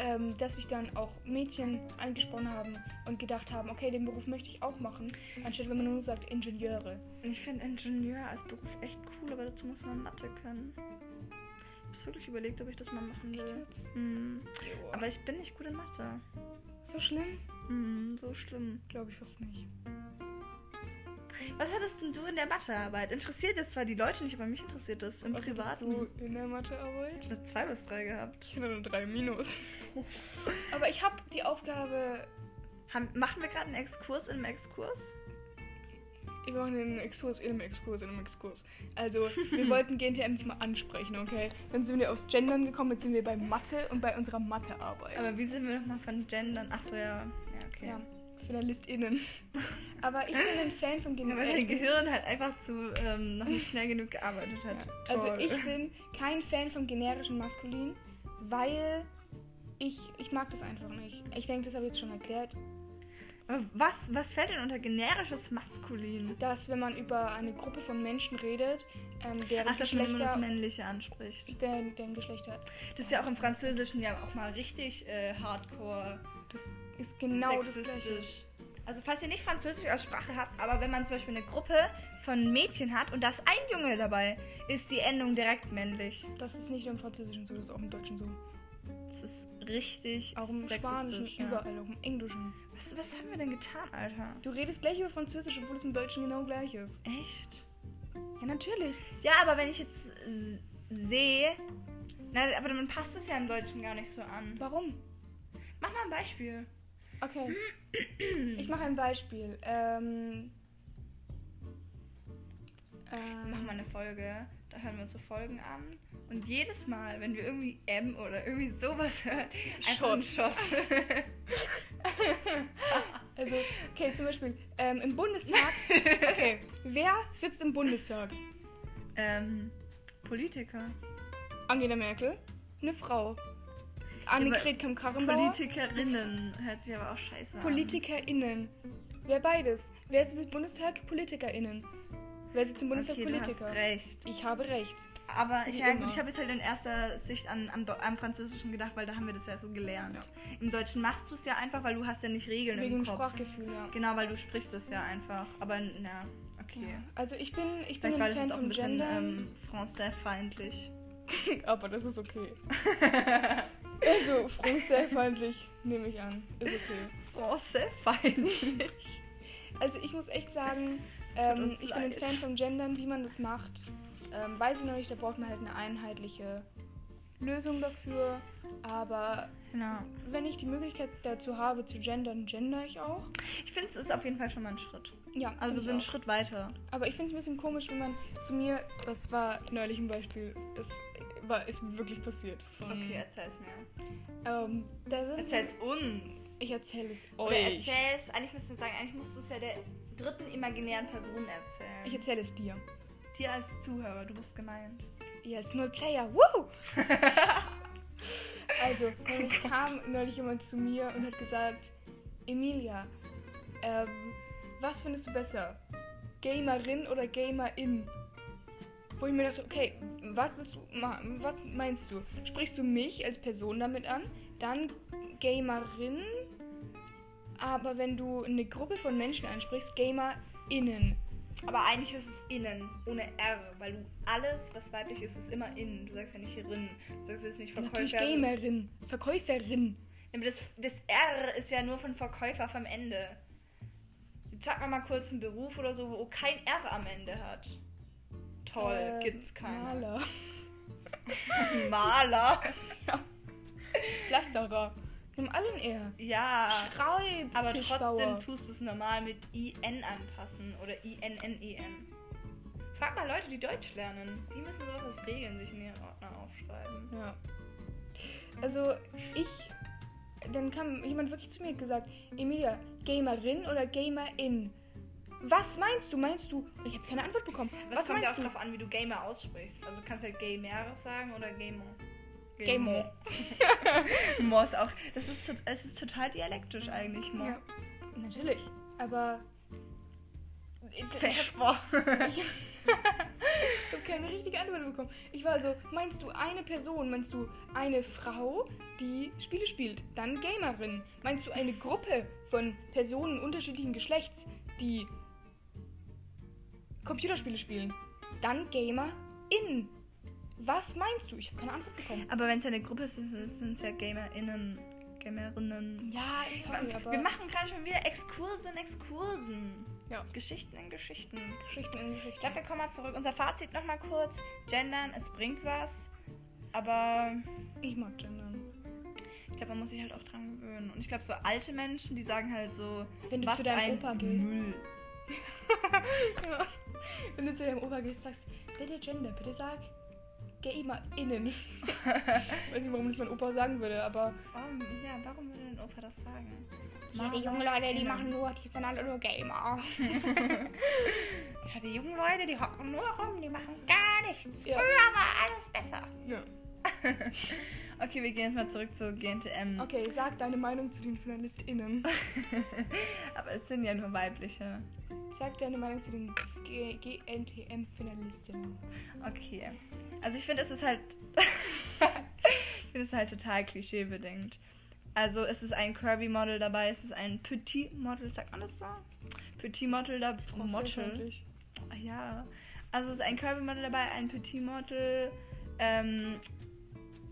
Speaker 2: ähm, dass sich dann auch Mädchen angesprochen haben und gedacht haben, okay, den Beruf möchte ich auch machen, anstatt wenn man nur sagt Ingenieure.
Speaker 1: ich finde Ingenieur als Beruf echt cool, aber dazu muss man Mathe können. Ich habe wirklich überlegt, ob ich das mal machen will.
Speaker 2: Echt jetzt?
Speaker 1: Hm.
Speaker 2: Joa.
Speaker 1: Aber ich bin nicht gut in Mathe.
Speaker 2: so schlimm?
Speaker 1: Hm, so schlimm.
Speaker 2: Glaube ich fast nicht.
Speaker 1: Was hattest denn du in der Mathearbeit? Interessiert das zwar die Leute nicht, aber mich interessiert das im
Speaker 2: Was hattest
Speaker 1: Privaten.
Speaker 2: Also, du in der Mathearbeit?
Speaker 1: Ich habe zwei bis drei gehabt.
Speaker 2: Ich hatte nur drei Minus. Aber ich habe die Aufgabe
Speaker 1: Haben, machen wir gerade einen Exkurs in einem Exkurs?
Speaker 2: Wir machen einen Exkurs in einem Exkurs in einem Exkurs. Also,
Speaker 1: [laughs]
Speaker 2: wir wollten GNTM nicht mal ansprechen, okay? Dann sind wir aufs Gendern gekommen, jetzt sind wir bei Mathe und bei unserer Mathearbeit.
Speaker 1: Aber wie sind wir nochmal von Gendern? Achso, ja. Ja, okay.
Speaker 2: ja,
Speaker 1: [laughs]
Speaker 2: FinalistInnen. Aber ich bin ein Fan von
Speaker 1: Ja,
Speaker 2: GNTM.
Speaker 1: weil dein Gehirn halt einfach zu ähm, noch nicht schnell genug gearbeitet
Speaker 2: Ja.
Speaker 1: hat.
Speaker 2: Also,
Speaker 1: halt Toll.
Speaker 2: ich bin kein Fan vom generischen Maskulin, weil ich, ich mag das einfach nicht. Ich denke, das habe ich jetzt schon erklärt,
Speaker 1: Aber Was, was fällt denn unter generisches Maskulin?
Speaker 2: dass wenn man über eine Gruppe von Menschen redet, ähm, deren
Speaker 1: Ach, dass man immer das
Speaker 2: Geschlechter.
Speaker 1: Männliche anspricht.
Speaker 2: Deren, deren Geschlechter.
Speaker 1: Das ist ja auch im Französischen ja auch mal richtig äh, hardcore.
Speaker 2: Das ist genau das Gleiche.
Speaker 1: sexistisch. Also falls ihr nicht Französisch als Sprache habt, aber wenn man zum Beispiel eine Gruppe von Mädchen hat und da ist ein Junge dabei, ist die Endung direkt männlich.
Speaker 2: Das ist nicht nur im Französischen so, das ist auch im Deutschen so.
Speaker 1: Das ist richtig
Speaker 2: Auch im
Speaker 1: sexistisch,
Speaker 2: Spanischen,
Speaker 1: ja.
Speaker 2: überall, auch im Englischen.
Speaker 1: Was, was haben wir denn getan, Alter?
Speaker 2: Du redest gleich über Französisch, obwohl es im Deutschen genau gleich ist.
Speaker 1: Echt?
Speaker 2: Ja, natürlich.
Speaker 1: Ja, aber wenn ich jetzt s- sehe... Na, aber dann passt es ja im Deutschen gar nicht so an.
Speaker 2: Warum?
Speaker 1: Mach mal ein Beispiel.
Speaker 2: Okay.
Speaker 1: Hm.
Speaker 2: Ich mache ein Beispiel. Ähm, ähm,
Speaker 1: Mach mal eine Folge, da hören wir uns so Folgen an. Und jedes Mal, wenn wir irgendwie M oder irgendwie sowas hören, einfach ein Shot.
Speaker 2: Also, okay, zum Beispiel ähm, im Bundestag.
Speaker 1: [laughs]
Speaker 2: Okay, wer sitzt im Bundestag?
Speaker 1: Ähm, Politiker.
Speaker 2: Angela Merkel, eine Frau. Annegret Kamm-Karrenbauer.
Speaker 1: Politikerinnen. Hört sich aber auch scheiße an.
Speaker 2: PolitikerInnen. Wer beides? Wer sitzt im Bundestag? PolitikerInnen. Wer sitzt im Bundestag?
Speaker 1: okay, du hast
Speaker 2: Politiker.
Speaker 1: recht.
Speaker 2: Ich habe recht.
Speaker 1: Aber ich,
Speaker 2: Wie
Speaker 1: ja,
Speaker 2: immer.
Speaker 1: gut, ich habe jetzt halt in erster Sicht an, am, Do- am Französischen gedacht, weil da haben wir das ja so gelernt. Im Deutschen machst du es ja einfach, weil du hast ja nicht Regeln
Speaker 2: Wegen
Speaker 1: im
Speaker 2: dem
Speaker 1: Kopf.
Speaker 2: Sprachgefühl, ja.
Speaker 1: Genau, weil du sprichst es ja einfach. Aber na, okay.
Speaker 2: Ja. Also ich bin, ich bin
Speaker 1: Vielleicht war das
Speaker 2: ein Fan
Speaker 1: jetzt auch ein
Speaker 2: von
Speaker 1: bisschen
Speaker 2: Gender.
Speaker 1: ähm, français-feindlich.
Speaker 2: [laughs] Aber das
Speaker 1: [laughs]
Speaker 2: ist okay. Also français-feindlich nehme ich an. Ist okay. [laughs]
Speaker 1: français-feindlich.
Speaker 2: Also ich muss echt sagen,
Speaker 1: Es [laughs] tut
Speaker 2: ähm,
Speaker 1: uns
Speaker 2: ich bin ein
Speaker 1: leid.
Speaker 2: Fan vom Gendern, wie man das macht. Ähm, weiß ich noch nicht, da braucht man halt eine einheitliche Lösung dafür. Aber
Speaker 1: Genau.
Speaker 2: wenn ich die Möglichkeit dazu habe zu gendern, gender ich auch.
Speaker 1: Ich finde, es ist auf jeden Fall schon mal ein Schritt.
Speaker 2: Ja,
Speaker 1: Also
Speaker 2: find
Speaker 1: wir
Speaker 2: ich
Speaker 1: sind einen
Speaker 2: auch.
Speaker 1: Schritt weiter.
Speaker 2: Aber ich finde es ein bisschen komisch, wenn man zu mir, das war neulich ein Beispiel, das war, ist mir wirklich passiert. Von,
Speaker 1: erzähl's mir.
Speaker 2: Ähm, da sind
Speaker 1: uns.
Speaker 2: Ich erzähle es
Speaker 1: Oder
Speaker 2: euch.
Speaker 1: erzähl's, eigentlich müssen wir sagen, eigentlich musst du es ja der dritten imaginären Person erzählen.
Speaker 2: Ich erzähle es dir.
Speaker 1: dir als Zuhörer, du bist gemeint.
Speaker 2: Ihr als Null-Player. Woo! also, nämlich kam neulich jemand zu mir und hat gesagt, Emilia, ähm, was findest du besser? Gamerin oder Gamerin? Wo ich mir dachte, okay, was willst du machen? Was meinst du? Sprichst du mich als Person damit an? Dann Gamerin? Aber wenn du eine Gruppe von Menschen ansprichst, GamerInnen.
Speaker 1: Aber eigentlich ist es innen, ohne R, weil du alles, was weiblich ist, ist immer innen. Du sagst ja nicht rinnen. Du sagst jetzt nicht
Speaker 2: Natürlich
Speaker 1: Verkäufer.
Speaker 2: Gamerin. Verkäuferin.
Speaker 1: Aber das, das R ist ja nur von Verkäufer vom Ende. Jetzt sag mal mal kurz einen Beruf oder so, wo kein R am Ende hat. Toll,
Speaker 2: Äh,
Speaker 1: gibt's keinen.
Speaker 2: Maler.
Speaker 1: Maler. [laughs] Maler.
Speaker 2: Pflasterer. Nimm alle ein R.
Speaker 1: Ja.
Speaker 2: Schreib.
Speaker 1: Aber
Speaker 2: Tischbauer.
Speaker 1: trotzdem tust du es normal mit IN anpassen oder INNEN. E Frag mal Leute, die Deutsch lernen. Die müssen sowas als Regeln sich in ihren Ordner aufschreiben.
Speaker 2: Ja. Also, ich. Dann kam jemand wirklich zu mir und hat gesagt: Emilia, Gamerin oder Gamerin? Was meinst du? Meinst du? Und ich habe keine Antwort bekommen.
Speaker 1: Aber es
Speaker 2: Was
Speaker 1: kommt ja auch
Speaker 2: meinst du?
Speaker 1: drauf an, wie du Gamer aussprichst. Also du kannst halt Gamer sagen oder Gamer.
Speaker 2: Gamer.
Speaker 1: [laughs] Mo ist auch. Das ist, tot- es ist total dialektisch eigentlich, Mo.
Speaker 2: Ja, natürlich. Aber. Ich, ich
Speaker 1: Versprochen.
Speaker 2: Ich habe keine richtige Antwort bekommen. Ich war so, meinst du eine Person? Meinst du eine Frau, die Spiele spielt? Dann Gamerin. Meinst du eine Gruppe von Personen unterschiedlichen Geschlechts, die Computerspiele spielen? Dann Gamerin. Was meinst du? Ich habe keine Antwort bekommen.
Speaker 1: [laughs] Aber wenn es ja eine Gruppe ist, sind es ja GamerInnen. Gamerinnen.
Speaker 2: Ja, sorry, aber
Speaker 1: Wir machen gerade schon wieder Exkurse in Exkursen.
Speaker 2: Ja.
Speaker 1: Geschichten in Geschichten.
Speaker 2: Geschichten in Geschichten.
Speaker 1: Ich glaube, wir kommen mal zurück. Unser Fazit nochmal kurz. Gendern, es bringt was. Aber
Speaker 2: Ich mag Gendern.
Speaker 1: ich glaube, man muss sich halt auch dran gewöhnen. Und ich glaube, so alte Menschen, die sagen halt so,
Speaker 2: Wenn du
Speaker 1: was
Speaker 2: zu deinem
Speaker 1: ein
Speaker 2: Opa gehst.
Speaker 1: Müll.
Speaker 2: Ja. Wenn du zu deinem Opa gehst, sagst bitte Gender, bitte sag [laughs] GamerInnen. Weiß nicht, warum ich mein Opa sagen würde, aber.
Speaker 1: Warum, ja, warum würde ein Opa das sagen?
Speaker 2: Ja, die jungen Leute, die machen nur, die sind alle nur Gamer.
Speaker 1: [laughs] Ja, die jungen Leute, die hocken nur rum, die machen
Speaker 2: [laughs]
Speaker 1: gar nichts.
Speaker 2: Ja.
Speaker 1: Früher war alles besser.
Speaker 2: Ja.
Speaker 1: Okay, wir gehen jetzt mal zurück zu GNTM.
Speaker 2: Okay, sag deine Meinung zu den FinalistInnen.
Speaker 1: [laughs] Aber es sind ja nur weibliche.
Speaker 2: Sag deine Meinung zu den G- GNTM-Finalistinnen.
Speaker 1: Okay. Also ich finde, es ist halt. [laughs] ich finde es halt total klischeebedingt. Also es ist ein Kirby-Model dabei, es ist ein Petit-Model, sagt man das so? Petit-Model da. Model.
Speaker 2: Französisch.
Speaker 1: Ah, Ja. Also es ist ein Kirby-Model dabei, ein Petit-Model, ähm,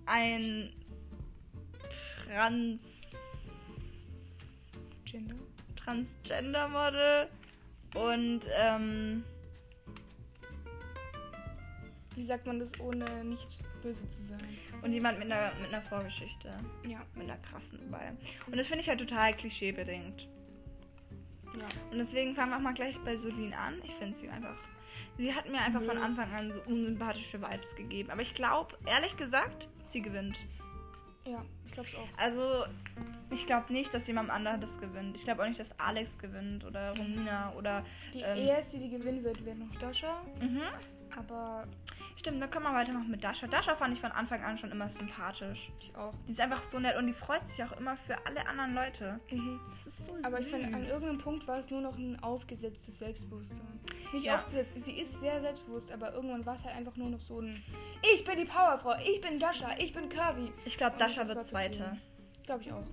Speaker 1: ein Trans.
Speaker 2: Gender?
Speaker 1: Transgender-Model und ähm.
Speaker 2: Wie sagt man das, ohne nicht böse zu sein?
Speaker 1: Und jemand mit einer, mit einer Vorgeschichte.
Speaker 2: Ja.
Speaker 1: mit einer krassen dabei. Und das finde ich halt total klischeebedingt.
Speaker 2: Ja.
Speaker 1: Und deswegen fangen wir auch mal gleich bei Solin an. Ich finde sie einfach. Sie hat mir einfach
Speaker 2: Nö.
Speaker 1: von Anfang an so unsympathische Vibes gegeben. Aber ich glaube, ehrlich gesagt, sie gewinnt.
Speaker 2: Ja, ich glaub's auch.
Speaker 1: Also, ich glaube nicht, dass jemand anderes gewinnt. Ich glaube auch nicht, dass Alex gewinnt oder Romina oder.
Speaker 2: Die
Speaker 1: Ähm.
Speaker 2: erste, die gewinnen wird, wäre noch Dasha.
Speaker 1: Mhm.
Speaker 2: Aber
Speaker 1: Stimmt, dann können wir weitermachen mit Dasha. Dasha fand ich von Anfang an schon immer sympathisch.
Speaker 2: Ich auch.
Speaker 1: Die ist einfach so nett und die freut sich auch immer für alle anderen Leute.
Speaker 2: Mhm.
Speaker 1: Das ist so
Speaker 2: Aber ich
Speaker 1: süß.
Speaker 2: finde, an irgendeinem Punkt war es nur noch ein aufgesetztes Selbstbewusstsein. Nicht
Speaker 1: Ja.
Speaker 2: aufgesetzt, sie ist sehr selbstbewusst, aber irgendwann war es halt einfach nur noch so ein Ich bin die Powerfrau, ich bin Dasha, ich bin Kirby.
Speaker 1: Ich glaube,
Speaker 2: Oh,
Speaker 1: Dasha
Speaker 2: das war
Speaker 1: wird
Speaker 2: zu
Speaker 1: Zweite.
Speaker 2: Glaube ich auch.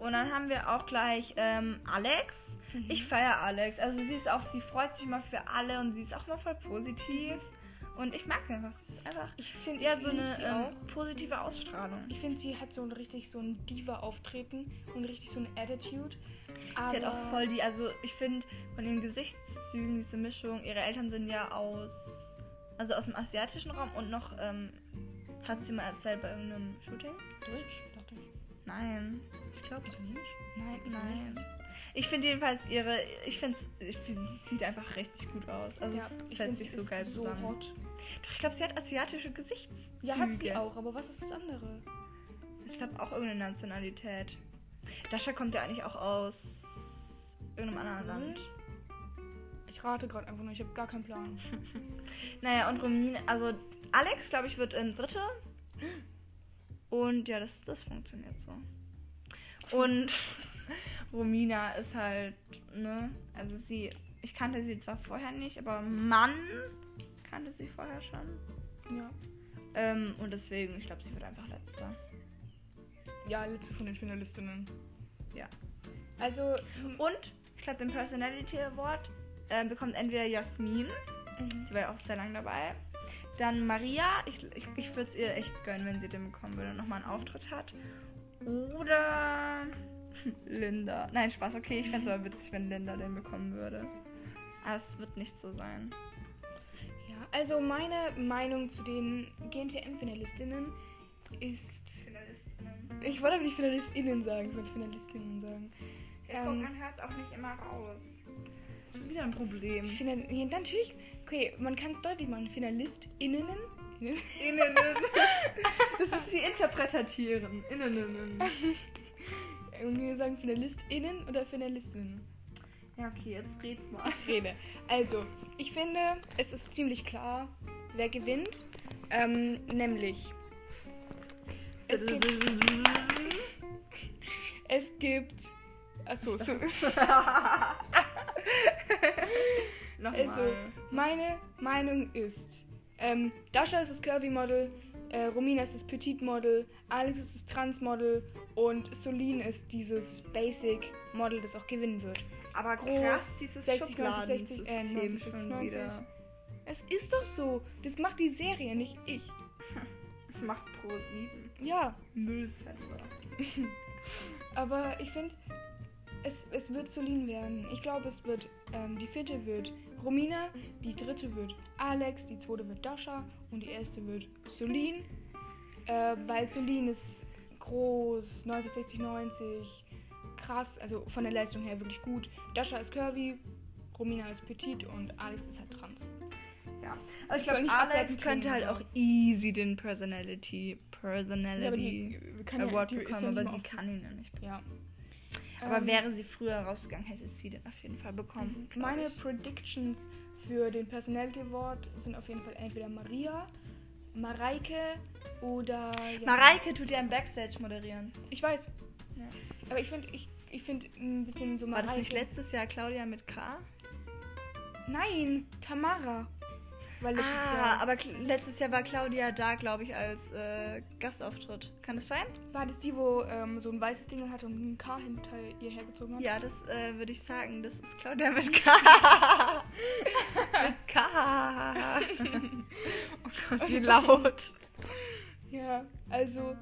Speaker 1: Und dann haben wir auch gleich ähm, Alex.
Speaker 2: Mhm.
Speaker 1: Ich feiere Alex. Also sie ist auch, sie freut sich immer für alle und sie ist auch immer voll positiv. Und ich mag sie einfach. Sie ist einfach.
Speaker 2: Ich
Speaker 1: Sie
Speaker 2: finde
Speaker 1: hat so
Speaker 2: ich
Speaker 1: eine
Speaker 2: lieb sie auch.
Speaker 1: ähm, positive Ausstrahlung.
Speaker 2: Ich finde, sie hat so ein richtig so ein Diva-Auftreten und richtig so eine Attitude. Aber
Speaker 1: Sie hat auch voll die, also ich finde von den Gesichtszügen diese Mischung. Ihre Eltern sind ja aus, also aus dem asiatischen Raum und noch ähm, hat sie mal erzählt bei irgendeinem Shooting.
Speaker 2: Deutsch, dachte ich.
Speaker 1: Nein, ich glaube
Speaker 2: Italienisch? Nein, Italienisch.
Speaker 1: Nein. Ich finde jedenfalls ihre, ich finde sie sieht einfach richtig gut aus. Also
Speaker 2: Ja,
Speaker 1: es
Speaker 2: ich
Speaker 1: setzt
Speaker 2: find,
Speaker 1: sich
Speaker 2: sie
Speaker 1: so
Speaker 2: ist
Speaker 1: geil
Speaker 2: so
Speaker 1: zusammen.
Speaker 2: hot.
Speaker 1: Doch, ich glaube, sie hat asiatische Gesichtszüge.
Speaker 2: Ja, hat sie auch, aber was ist das andere?
Speaker 1: Ich glaube auch irgendeine Nationalität. Dasha kommt ja eigentlich auch aus irgendeinem anderen
Speaker 2: Mhm.
Speaker 1: Land.
Speaker 2: Ich rate gerade einfach nur, ich habe gar keinen Plan.
Speaker 1: Naja, und Romine, also Alex, glaube ich, wird in Dritte. Und ja, das, das funktioniert so. Und [laughs] Romina ist halt, ne? Also sie, ich kannte sie zwar vorher nicht, aber Mann kannte sie vorher schon.
Speaker 2: Ja.
Speaker 1: Ähm, und deswegen, ich glaube, sie wird einfach letzter.
Speaker 2: Ja, letzte von den Finalistinnen.
Speaker 1: Ja.
Speaker 2: Also,
Speaker 1: Und ich glaube, den Personality Award äh, bekommt entweder Jasmin, die war ja auch sehr lang dabei, dann Maria, ich, ich, ich würde es ihr echt gönnen, wenn sie den bekommen würde und nochmal einen Auftritt hat. Oder [laughs] Linda. Nein, Spaß, okay, ich fände es aber witzig, wenn Linda den bekommen würde. Aber es wird nicht so sein.
Speaker 2: ja, also meine Meinung zu den GNTM-Finalistinnen ist.
Speaker 1: Ähm.
Speaker 2: Ich wollte aber nicht FinalistInnen sagen, ich wollte Finalistinnen sagen.
Speaker 1: Ja,
Speaker 2: Ähm.
Speaker 1: guck, man hört es auch nicht immer raus. Schon wieder ein Problem.
Speaker 2: Final ja, natürlich, okay, man kann es deutlich machen. FinalistInnen.
Speaker 1: [laughs] Innen. Das ist wie interpretatieren. Innen.
Speaker 2: Und wir sagen FinalistInnen oder Finalistinnen.
Speaker 1: Ja, okay, jetzt red mal.
Speaker 2: Ich rede. Also, ich finde, es ist ziemlich klar, wer gewinnt. Ähm, nämlich. Es gibt. [laughs] Es gibt. Achso, so.
Speaker 1: Nochmal.
Speaker 2: Also, [laughs] meine Meinung ist: ähm, Dasha ist das Curvy-Model, äh, Romina ist das Petit-Model, Alex ist das Trans-Model und Solin ist dieses Basic-Model, das auch gewinnen wird.
Speaker 1: aber
Speaker 2: groß,
Speaker 1: krass, dieses
Speaker 2: 60, 90,
Speaker 1: Schubladensystem
Speaker 2: 60, äh, 90,
Speaker 1: schon wieder.
Speaker 2: Es ist doch so. Das macht die Serie, nicht ich.
Speaker 1: Das macht pro 7
Speaker 2: Ja,
Speaker 1: Müllsender.
Speaker 2: aber ich finde, es, es wird Solin werden. Ich glaube, es wird ähm, die vierte wird Romina, die dritte wird Alex, die zweite wird Dasha und die erste wird Solin. Äh, weil Solin ist groß, 90, 60, 90, krass, also von der Leistung her wirklich gut. Dasha ist curvy, Romina ist petit und Alex ist halt trans.
Speaker 1: Aber ich
Speaker 2: Soll
Speaker 1: glaube,
Speaker 2: nicht
Speaker 1: Alex
Speaker 2: abwertend
Speaker 1: könnte halt
Speaker 2: klingen,
Speaker 1: auch easy den Personality,
Speaker 2: Ja, aber
Speaker 1: Personality
Speaker 2: die, wir können ja-
Speaker 1: Award
Speaker 2: die ist ja
Speaker 1: bekommen,
Speaker 2: nicht
Speaker 1: aber
Speaker 2: mal
Speaker 1: sie
Speaker 2: auf-
Speaker 1: kann ihn ja nicht bekommen.
Speaker 2: Ja.
Speaker 1: Aber
Speaker 2: Ähm,
Speaker 1: wäre sie früher rausgegangen, hätte sie den auf jeden Fall bekommen. Mhm, glaub
Speaker 2: Meine
Speaker 1: ich.
Speaker 2: Predictions für den Personality Award sind auf jeden Fall entweder Maria, Mareike oder. Jasmin.
Speaker 1: Mareike tut ja im Backstage moderieren.
Speaker 2: Ich weiß.
Speaker 1: Ja.
Speaker 2: Aber ich finde, ich, ich finde ein bisschen so
Speaker 1: War
Speaker 2: Mareike.
Speaker 1: das nicht letztes Jahr Claudia mit K?
Speaker 2: Nein, Tamara. War letztes
Speaker 1: ah,
Speaker 2: Jahr.
Speaker 1: aber kl- letztes Jahr war Claudia da, glaube ich, als äh, Gastauftritt. Kann das sein?
Speaker 2: War das die, wo ähm, so ein weißes Ding hatte und ein K hinter ihr hergezogen hat?
Speaker 1: Ja, das äh, würde ich sagen. Das ist Claudia mit K. mit [laughs] K. oh Gott, wie laut.
Speaker 2: Ja, also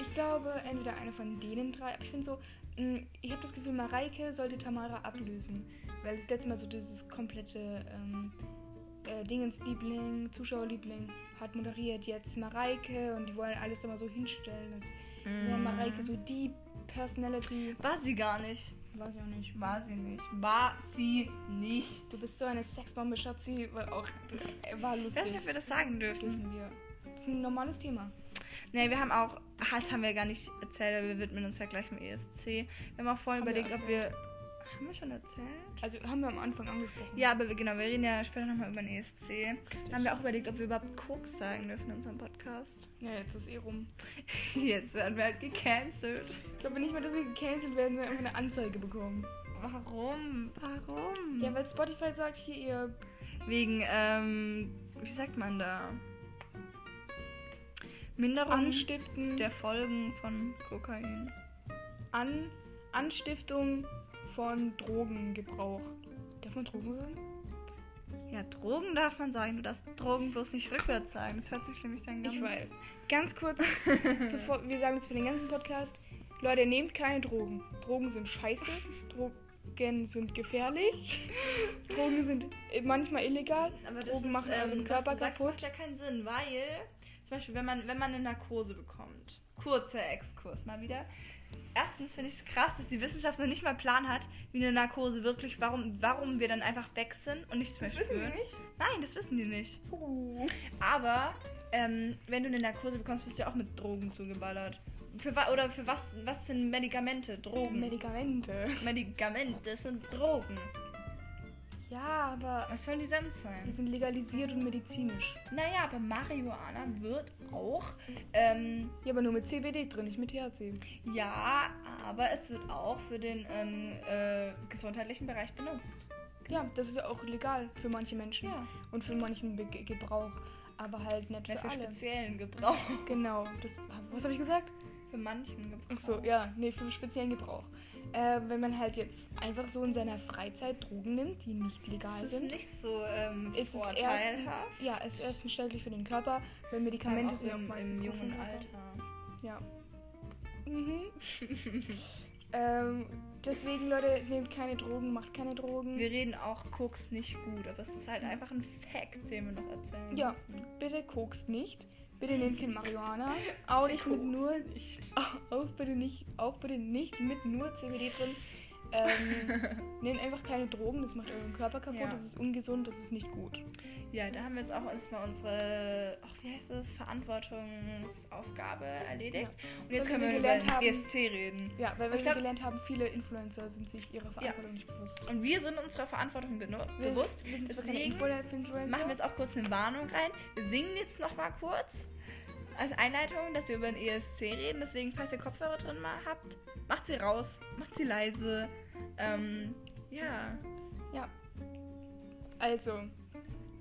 Speaker 2: ich glaube entweder eine von denen drei, aber ich finde so, mh, ich habe das Gefühl, Mareike sollte Tamara ablösen, weil das letzte Mal so dieses komplette ähm, äh, Dingens-Liebling, Zuschauerliebling hat moderiert jetzt Mareike und die wollen alles immer so hinstellen, als wäre Mareike so die Personality.
Speaker 1: War sie gar nicht.
Speaker 2: Weiß ich auch nicht.
Speaker 1: War sie nicht. War sie nicht.
Speaker 2: Du bist so eine Sexbombe, Schatzi, war auch äh, war
Speaker 1: Ich weiß nicht,
Speaker 2: lustig.
Speaker 1: ob wir das sagen dürfen.
Speaker 2: Dürfen wir. Das ist ein normales Thema.
Speaker 1: Ne, wir haben auch, ah, das haben E wir gar nicht erzählt, aber wir widmen uns ja gleich dem ESC. Wir haben auch vorhin
Speaker 2: Haben wir
Speaker 1: überlegt, ob wir. Haben wir schon erzählt?
Speaker 2: Also haben wir am Anfang angesprochen.
Speaker 1: Ja, aber wir, genau, wir reden ja später nochmal über den E ESC. Dann haben wir auch überlegt, ob wir überhaupt Koks sagen dürfen in unserem Podcast. [laughs]
Speaker 2: Ja, jetzt ist eh rum.
Speaker 1: Jetzt werden wir halt gecancelt.
Speaker 2: Ich glaube nicht mal, dass wir gecancelt werden, sondern einfach eine Anzeige bekommen.
Speaker 1: Warum? Warum?
Speaker 2: Ja, weil Spotify sagt hier ihr.
Speaker 1: Wegen, ähm, wie sagt man da? Minderung
Speaker 2: Anstiften.
Speaker 1: der Folgen von Kokain.
Speaker 2: An Anstiftung von Drogengebrauch. Darf man Drogen sagen?
Speaker 1: Ja, Drogen darf man sagen. Du darfst Drogen bloß nicht rückwärts sagen. Das hört sich nämlich dann ganz...
Speaker 2: Ich weiß. Ganz [laughs] kurz, bevor wir sagen jetzt für den ganzen Podcast: Leute, nehmt keine Drogen. Drogen sind scheiße. Drogen sind gefährlich. Drogen sind äh, manchmal illegal.
Speaker 1: Aber das
Speaker 2: Drogen
Speaker 1: ist,
Speaker 2: machen euren
Speaker 1: ähm,
Speaker 2: Körper
Speaker 1: was du sagst,
Speaker 2: kaputt.
Speaker 1: macht ja keinen Sinn, weil zum Beispiel, wenn man, wenn man eine Narkose bekommt, kurzer Exkurs mal wieder. Erstens finde ich es krass, dass die Wissenschaft noch nicht mal Plan hat, wie eine Narkose wirklich, warum, warum wir dann einfach weg sind und nichts mehr spüren.
Speaker 2: nicht?
Speaker 1: Nein, das wissen die nicht.
Speaker 2: Uh.
Speaker 1: Aber ähm, wenn du eine Narkose bekommst, wirst du ja auch mit Drogen zugeballert. Für, wa- oder für was, was sind Medikamente? Drogen.
Speaker 2: Medikamente.
Speaker 1: Medikamente sind Drogen.
Speaker 2: Ja, aber
Speaker 1: Was sollen die sonst sein?
Speaker 2: die sind legalisiert und medizinisch.
Speaker 1: Naja, aber Marihuana wird auch, ähm,
Speaker 2: Ja, aber nur mit CBD drin, nicht mit THC.
Speaker 1: ja, aber es wird auch für den ähm, äh, gesundheitlichen Bereich benutzt.
Speaker 2: Ja, das ist ja auch legal für manche Menschen
Speaker 1: Ja,
Speaker 2: und für manchen Be Ge- Gebrauch, aber halt nicht für,
Speaker 1: für, für
Speaker 2: alle.
Speaker 1: speziellen Gebrauch.
Speaker 2: Genau, das, was habe ich gesagt?
Speaker 1: Für manchen Gebrauch.
Speaker 2: Ach so, ja, nee, für speziellen Gebrauch. Äh, wenn man halt jetzt einfach so in seiner Freizeit Drogen nimmt, die nicht legal
Speaker 1: Das ist
Speaker 2: sind,
Speaker 1: nicht so ähm,
Speaker 2: ist es
Speaker 1: vorteilhaft.
Speaker 2: erstens, ja, es ist erstens schädlich für den Körper, weil
Speaker 1: Vor allem
Speaker 2: Medikamente
Speaker 1: auch
Speaker 2: sind ja auch
Speaker 1: im,
Speaker 2: meistens
Speaker 1: im
Speaker 2: gut für den
Speaker 1: jungen
Speaker 2: Körper.
Speaker 1: Alter.
Speaker 2: Ja.
Speaker 1: [laughs]
Speaker 2: Mhm. ähm, deswegen, Leute, nehmt keine Drogen, macht keine Drogen.
Speaker 1: Wir reden auch Koks nicht gut, aber es ist halt
Speaker 2: Mhm.
Speaker 1: einfach ein Fact, den wir noch erzählen
Speaker 2: Ja.
Speaker 1: müssen.
Speaker 2: Bitte kokst nicht. Bitte nehmt kein Marihuana. Auch nicht mit
Speaker 1: Koks
Speaker 2: nur. [laughs]
Speaker 1: nicht.
Speaker 2: Auch bitte nicht, auch bitte nicht mit nur CBD drin. Ähm,
Speaker 1: [laughs]
Speaker 2: nehmt einfach keine Drogen, das macht euren Körper kaputt,
Speaker 1: Ja.
Speaker 2: das ist ungesund, das ist nicht gut.
Speaker 1: Ja, da haben wir jetzt auch erstmal unsere, ach, wie heißt das, Verantwortungsaufgabe erledigt. Und jetzt
Speaker 2: Weil
Speaker 1: können wir
Speaker 2: wir
Speaker 1: über
Speaker 2: gelernt
Speaker 1: den
Speaker 2: haben-
Speaker 1: ESC reden.
Speaker 2: Ja, weil
Speaker 1: Ich
Speaker 2: wir
Speaker 1: glaub-
Speaker 2: gelernt haben, viele Influencer sind sich ihrer Verantwortung nicht bewusst.
Speaker 1: Und wir sind unserer Verantwortung beno-
Speaker 2: Wir
Speaker 1: bewusst.
Speaker 2: wir sind zwar keine
Speaker 1: Deswegen
Speaker 2: Influencer,
Speaker 1: machen wir jetzt auch kurz eine Warnung rein. Wir singen jetzt nochmal kurz als Einleitung, dass wir über den ESC reden. Deswegen, falls ihr Kopfhörer drin mal habt, macht sie raus, macht sie leise. Ähm, ja.
Speaker 2: Also.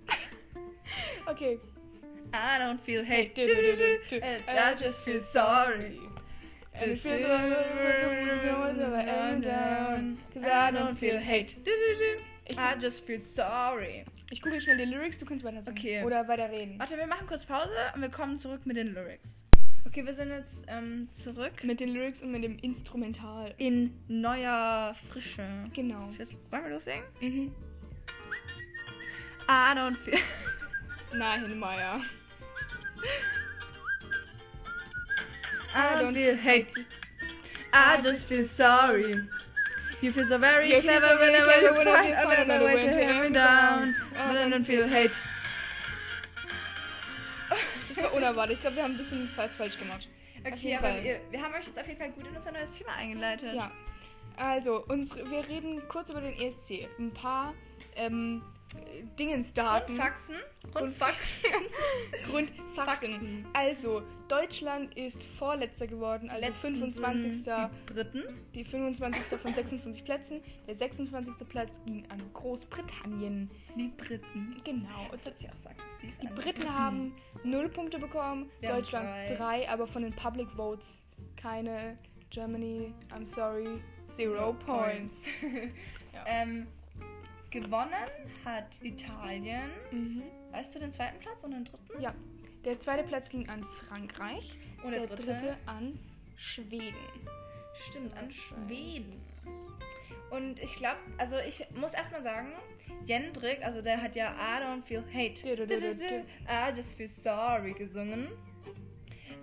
Speaker 2: [laughs] okay.
Speaker 1: I don't feel hate.
Speaker 2: Du, du, du, du, du.
Speaker 1: And I just feel sorry.
Speaker 2: And it feels like I'm down. Cause I don't feel hate.
Speaker 1: Du, du, du.
Speaker 2: Ich,
Speaker 1: I just feel sorry.
Speaker 2: ich google schnell die Lyrics, du kannst weiter singen.
Speaker 1: Okay.
Speaker 2: Oder weiter reden.
Speaker 1: Warte, wir machen kurz Pause und wir kommen zurück mit den Lyrics. Okay, wir sind jetzt ähm, zurück
Speaker 2: Mit den Lyrics und mit dem Instrumental.
Speaker 1: in neuer Frische.
Speaker 2: Genau.
Speaker 1: Jetzt wollen wir loslegen? Ah,
Speaker 2: Mhm.
Speaker 1: I don't feel. [laughs]
Speaker 2: Nein, Maya.
Speaker 1: I don't feel hate. I just feel sorry. You feel so very
Speaker 2: You feel so
Speaker 1: clever
Speaker 2: very
Speaker 1: whenever you
Speaker 2: clever whenever
Speaker 1: find
Speaker 2: you find
Speaker 1: another
Speaker 2: another
Speaker 1: way
Speaker 2: way
Speaker 1: to have
Speaker 2: to
Speaker 1: me
Speaker 2: have me
Speaker 1: down.
Speaker 2: down.
Speaker 1: But I don't feel hate.
Speaker 2: Das war unerwartet. Ich glaube, wir haben ein bisschen was falsch gemacht. Auf
Speaker 1: Okay,
Speaker 2: jeden
Speaker 1: aber
Speaker 2: Fall.
Speaker 1: wir, wir haben euch jetzt auf jeden Fall gut in unser neues Thema eingeleitet.
Speaker 2: Ja. Also, unsere, wir reden kurz über den ESC. Ein paar ähm, äh, Dingensdaten.
Speaker 1: Grundfaxen. Grundfaxen.
Speaker 2: Grundfakten.
Speaker 1: Fakten.
Speaker 2: Also, Deutschland ist vorletzter geworden, also
Speaker 1: Letztens
Speaker 2: 25.
Speaker 1: sind Die Briten.
Speaker 2: Die 25. von 26 Plätzen. Der 26. Platz ging an Großbritannien.
Speaker 1: Die Briten.
Speaker 2: Genau.
Speaker 1: Das hat sich auch so aggressiv
Speaker 2: Die
Speaker 1: an.
Speaker 2: Briten haben 0 Punkte bekommen,
Speaker 1: Wir haben drei.
Speaker 2: Deutschland 3, aber von den Public Votes keine. Germany, I'm sorry, 0 Points. [laughs] Ja.
Speaker 1: ähm, gewonnen hat Italien.
Speaker 2: Mhm.
Speaker 1: Weißt du den zweiten Platz und den dritten?
Speaker 2: Ja. Der zweite Platz ging an Frankreich,
Speaker 1: Und
Speaker 2: der,
Speaker 1: der,
Speaker 2: dritte? an Schweden.
Speaker 1: Stimmt, an
Speaker 2: Schweiz.
Speaker 1: Schweden. Und ich glaube, also ich muss erstmal sagen, Jendrik, also der hat ja I don't feel hate.
Speaker 2: Du, du, du, du, du.
Speaker 1: I just feel sorry gesungen.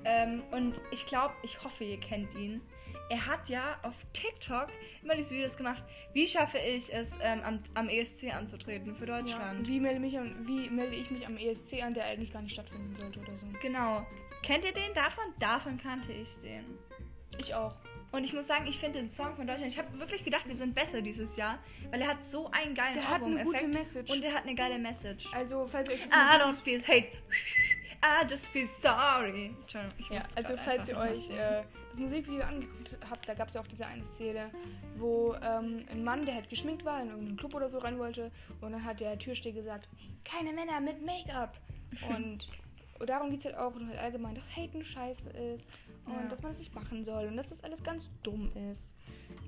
Speaker 1: Ähm, und ich glaube, ich hoffe, ihr kennt ihn. Er hat ja auf TikTok immer diese Videos gemacht. Wie schaffe ich es, ähm, am, am ESC anzutreten für Deutschland?
Speaker 2: Ja. Wie, melde mich an, wie melde ich mich am ESC an, der eigentlich gar nicht stattfinden sollte oder so?
Speaker 1: Genau. Kennt ihr den davon? Davon kannte ich den.
Speaker 2: Ich auch.
Speaker 1: Und ich muss sagen, ich finde den Song von Deutschland, ich habe wirklich gedacht, wir sind besser dieses Jahr, weil er hat so einen geilen
Speaker 2: Der hat eine
Speaker 1: Ohrwurm-Effekt
Speaker 2: gute Message.
Speaker 1: und der Ah, hat eine geile Message.
Speaker 2: Also, falls ihr euch das
Speaker 1: I
Speaker 2: mal-
Speaker 1: don't feel hate, I just feel sorry. Entschuldigung, ich
Speaker 2: Ja,
Speaker 1: muss
Speaker 2: also
Speaker 1: grad
Speaker 2: falls ihr
Speaker 1: einfach
Speaker 2: euch
Speaker 1: noch
Speaker 2: äh, das Musikvideo angeguckt habt, da gab es ja auch diese eine Szene, wo ähm, ein Mann, der halt geschminkt war, in irgendeinen Club oder so rein wollte, und dann hat der Türsteher gesagt, keine Männer
Speaker 1: [laughs]
Speaker 2: mit Make-up. Und, und darum geht es halt auch und halt allgemein, dass Haten scheiße ist und
Speaker 1: Ja.
Speaker 2: dass man das nicht machen soll und dass das alles ganz dumm ist.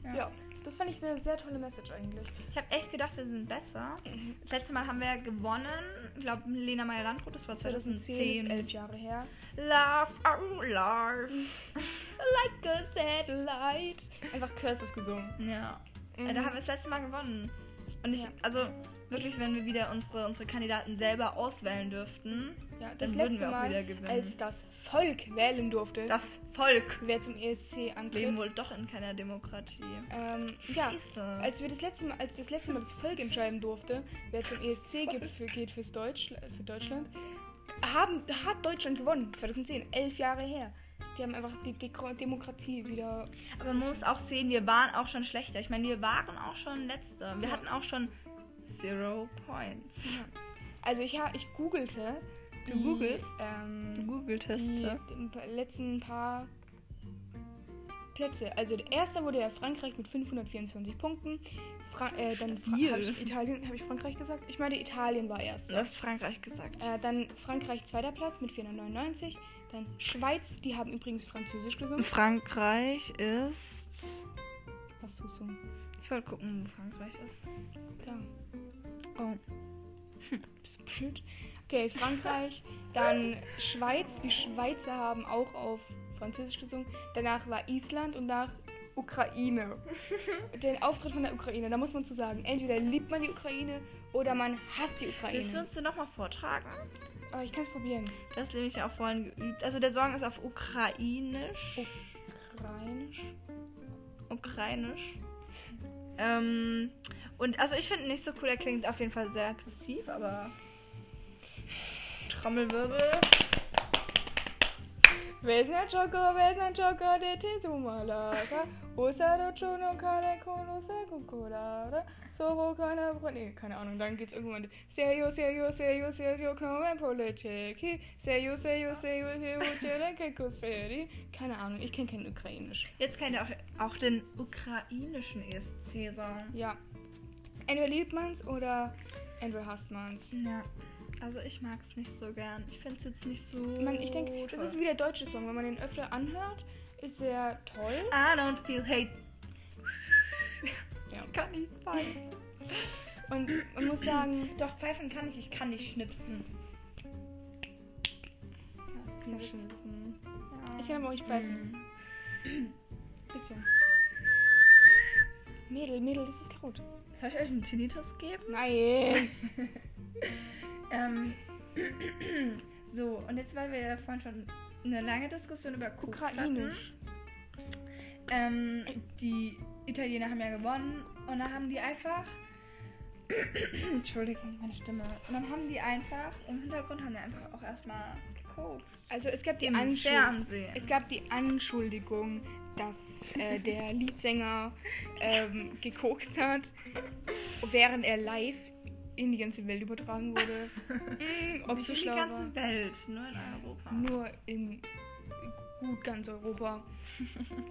Speaker 1: Ja.
Speaker 2: Ja. das fand ich eine sehr tolle Message
Speaker 1: [laughs]
Speaker 2: eigentlich.
Speaker 1: Ich habe echt gedacht, wir sind besser. Das letzte Mal haben wir gewonnen. Ich glaube, Lena Meyer-Landrut, das war
Speaker 2: 2010 ist
Speaker 1: 2010.
Speaker 2: elf Jahre her.
Speaker 1: Love, oh, love.
Speaker 2: Like a satellite. Einfach cursive gesungen.
Speaker 1: Ja. Äh, Da haben wir das letzte Mal gewonnen. Und ich,
Speaker 2: Mhm. Ja.
Speaker 1: also wirklich, wenn wir wieder unsere, unsere Kandidaten selber auswählen dürften,
Speaker 2: Ja,
Speaker 1: dann
Speaker 2: das
Speaker 1: würden
Speaker 2: letzte
Speaker 1: wir auch
Speaker 2: Mal,
Speaker 1: wieder gewinnen.
Speaker 2: als das Volk wählen durfte,
Speaker 1: das Volk
Speaker 2: wer zum ESC antritt.
Speaker 1: leben wohl doch in keiner Demokratie.
Speaker 2: Ähm, ja,
Speaker 1: Scheiße.
Speaker 2: als wir das letzte Mal, als das letzte Mal das Volk entscheiden durfte, wer zum E ESC geht, für, geht fürs Deutsch, für Deutschland, haben, hat Deutschland gewonnen. 2010, elf Jahre her. Die haben einfach die Deko Demokratie wieder.
Speaker 1: Aber man muss auch sehen, wir waren auch schon schlechter. Ich meine, wir waren auch schon Letzte. Wir
Speaker 2: Ja.
Speaker 1: hatten auch schon Zero Points.
Speaker 2: Also ich, ha- ich googelte.
Speaker 1: Du
Speaker 2: die,
Speaker 1: googelst?
Speaker 2: Ähm, die
Speaker 1: Google-Teste.
Speaker 2: den pa- letzten paar Plätze. Also der erste wurde ja Frankreich mit 524 Punkten. Fra äh, dann Fra
Speaker 1: Stabil.
Speaker 2: hab ich Italien, habe ich Frankreich gesagt? Ich meine, Italien war erst.
Speaker 1: Du hast Frankreich gesagt.
Speaker 2: Äh, dann Frankreich zweiter Platz mit 499. Dann Schweiz, die haben übrigens Französisch gesungen.
Speaker 1: Frankreich ist.
Speaker 2: Was tust du?
Speaker 1: Ich wollte gucken, wo Frankreich ist.
Speaker 2: Da. Hm,
Speaker 1: Oh.
Speaker 2: Bist du blöd? Okay, Frankreich. dann Schweiz. Die Schweizer haben auch auf Französisch gesungen. Danach war Island und nach Ukraine. Den Auftritt von der Ukraine, da muss man zu sagen, entweder liebt man die Ukraine oder man hasst die
Speaker 1: Willst du
Speaker 2: Ukraine.
Speaker 1: uns den nochmal vortragen?
Speaker 2: Aber ich kann es probieren.
Speaker 1: Du hast nämlich auch vorhin geübt. Also der Song ist auf Ukrainisch.
Speaker 2: Ukrainisch.
Speaker 1: Ukrainisch. Ähm, und also ich finde ihn nicht so cool, er klingt auf jeden Fall sehr aggressiv, aber. Trommelwirbel.
Speaker 2: Wesna Choco, Wesna Choco, der Tesumalaka. Osado Chono Kalekono Sekukura. Soro Kana Nee, keine Ahnung, dann geht's irgendwann. Serio, Serio, Serio, Serio, Knomen Poleteki. Serio, Serio, Serio, Serio, Jerekeku Seri. Keine Ahnung, ich kenne kein Ukrainisch.
Speaker 1: Jetzt kennt ihr auch, auch den ukrainischen E ESC-Song.
Speaker 2: Ja. Entweder liebt man's oder entweder hasst man's.
Speaker 1: Ja. Also ich mag es nicht so gern. Ich finde es jetzt nicht so.
Speaker 2: Ich meine, ich denke, das ist wie der deutsche Song. Wenn man den öfter anhört, ist er toll.
Speaker 1: I don't feel hate.
Speaker 2: Ja.
Speaker 1: Ich kann nicht pfeifen.
Speaker 2: Und man muss sagen,
Speaker 1: Doch, pfeifen kann ich, ich kann nicht schnipsen. Das
Speaker 2: kann
Speaker 1: ist ein
Speaker 2: schnipsen.
Speaker 1: Witz.
Speaker 2: Ich kann aber auch nicht pfeifen.
Speaker 1: Mhm.
Speaker 2: Bisschen. Mädel, Mädel, das ist laut.
Speaker 1: Soll ich euch einen Tinnitus geben?
Speaker 2: Nein. [laughs]
Speaker 1: Ähm. [clears throat] so, und jetzt, weil wir ja vorhin schon eine lange Diskussion über Koks hatten.
Speaker 2: Ukrainisch.
Speaker 1: Ähm, die Italiener haben ja gewonnen und dann haben die einfach. Entschuldigung, meine Stimme. Und dann haben die einfach, im Hintergrund haben die einfach auch erstmal gekokst.
Speaker 2: Also es gab die
Speaker 1: Im
Speaker 2: Anschuldigung.
Speaker 1: Fernsehen.
Speaker 2: Es gab die Anschuldigung, dass äh,
Speaker 1: [laughs]
Speaker 2: der Leadsänger ähm, gekokst hat, während er live in die ganze Welt übertragen
Speaker 1: [laughs]
Speaker 2: wurde. Mm, ob
Speaker 1: Nicht
Speaker 2: ich so
Speaker 1: in die
Speaker 2: schlau war.
Speaker 1: ganze Welt, nur in Europa.
Speaker 2: Nur in gut ganz Europa.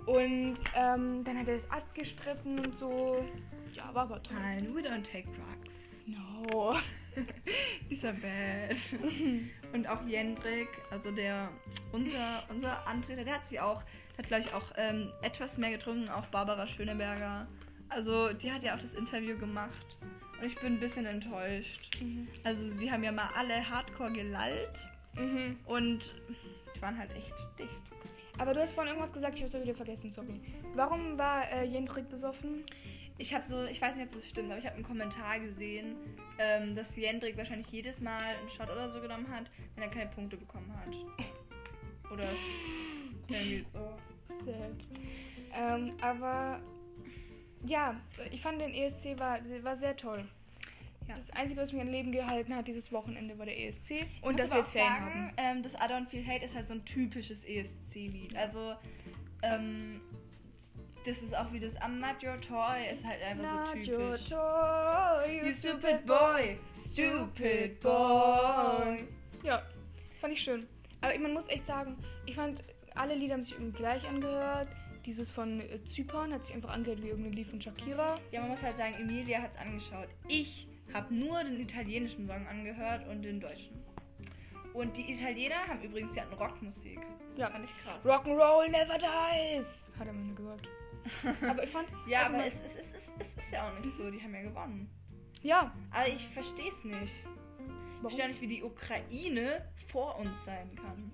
Speaker 2: Und ähm, dann hat er es abgestritten und so. Ja, war aber toll.
Speaker 1: Nein, we don't take drugs.
Speaker 2: No.
Speaker 1: [laughs] Dieser
Speaker 2: [laughs]
Speaker 1: bad. Und auch Jendrik, also der unser, unser Antreter, der hat sich auch, hat glaube ich auch ähm, etwas mehr getrunken, auch Barbara Schöneberger. Also die hat ja auch das Interview gemacht. Und ich bin ein bisschen enttäuscht.
Speaker 2: Mhm.
Speaker 1: Also die haben ja mal alle hardcore gelallt
Speaker 2: Mhm.
Speaker 1: und die waren halt echt dicht.
Speaker 2: Aber du hast vorhin irgendwas gesagt, ich habe es wieder vergessen, sorry. Warum war äh, Jendrik besoffen?
Speaker 1: Ich habe so, ich weiß nicht, ob das stimmt, aber ich habe einen Kommentar gesehen, ähm, dass Jendrik wahrscheinlich jedes Mal einen Shot oder so genommen hat, wenn er keine Punkte bekommen hat. Oder irgendwie so.
Speaker 2: Sad. Ähm, aber ja, ich fand den ESC war, war sehr toll.
Speaker 1: Ja.
Speaker 2: Das Einzige, was mich am Leben gehalten hat dieses Wochenende, war der ESC. Und
Speaker 1: Ich muss
Speaker 2: dass
Speaker 1: aber
Speaker 2: wir jetzt
Speaker 1: auch
Speaker 2: Ferien
Speaker 1: sagen,
Speaker 2: haben.
Speaker 1: Ähm, E das I Don't Feel Hate ist halt so ein typisches ESC-Lied. Also, ähm, das ist auch wie das I'm not your toy, ist halt einfach
Speaker 2: Not
Speaker 1: so
Speaker 2: your
Speaker 1: typisch.
Speaker 2: toy,
Speaker 1: You stupid boy, stupid boy.
Speaker 2: Ja, fand ich schön. Aber man muss echt sagen, ich fand, alle Lieder haben sich irgendwie gleich angehört. Dieses von äh, Zypern hat sich einfach angehört wie irgendein Lied von Shakira.
Speaker 1: Ja, man muss halt sagen, Emilia hat's angeschaut. Ich habe nur den italienischen Song angehört und den deutschen. Und die Italiener haben übrigens, die hatten Rockmusik.
Speaker 2: Ja.
Speaker 1: Fand ich krass.
Speaker 2: Rock'n'Roll never dies, hat er mir [laughs] gesagt. Aber ich fand,
Speaker 1: Ja,
Speaker 2: aber
Speaker 1: aber
Speaker 2: man-
Speaker 1: es, es, es, es, es ist ja auch nicht so, die haben ja gewonnen.
Speaker 2: ja,
Speaker 1: Aber ich verstehe es nicht. Ich
Speaker 2: warum?
Speaker 1: verstehe auch nicht, wie die Ukraine vor uns sein
Speaker 2: [laughs]
Speaker 1: kann.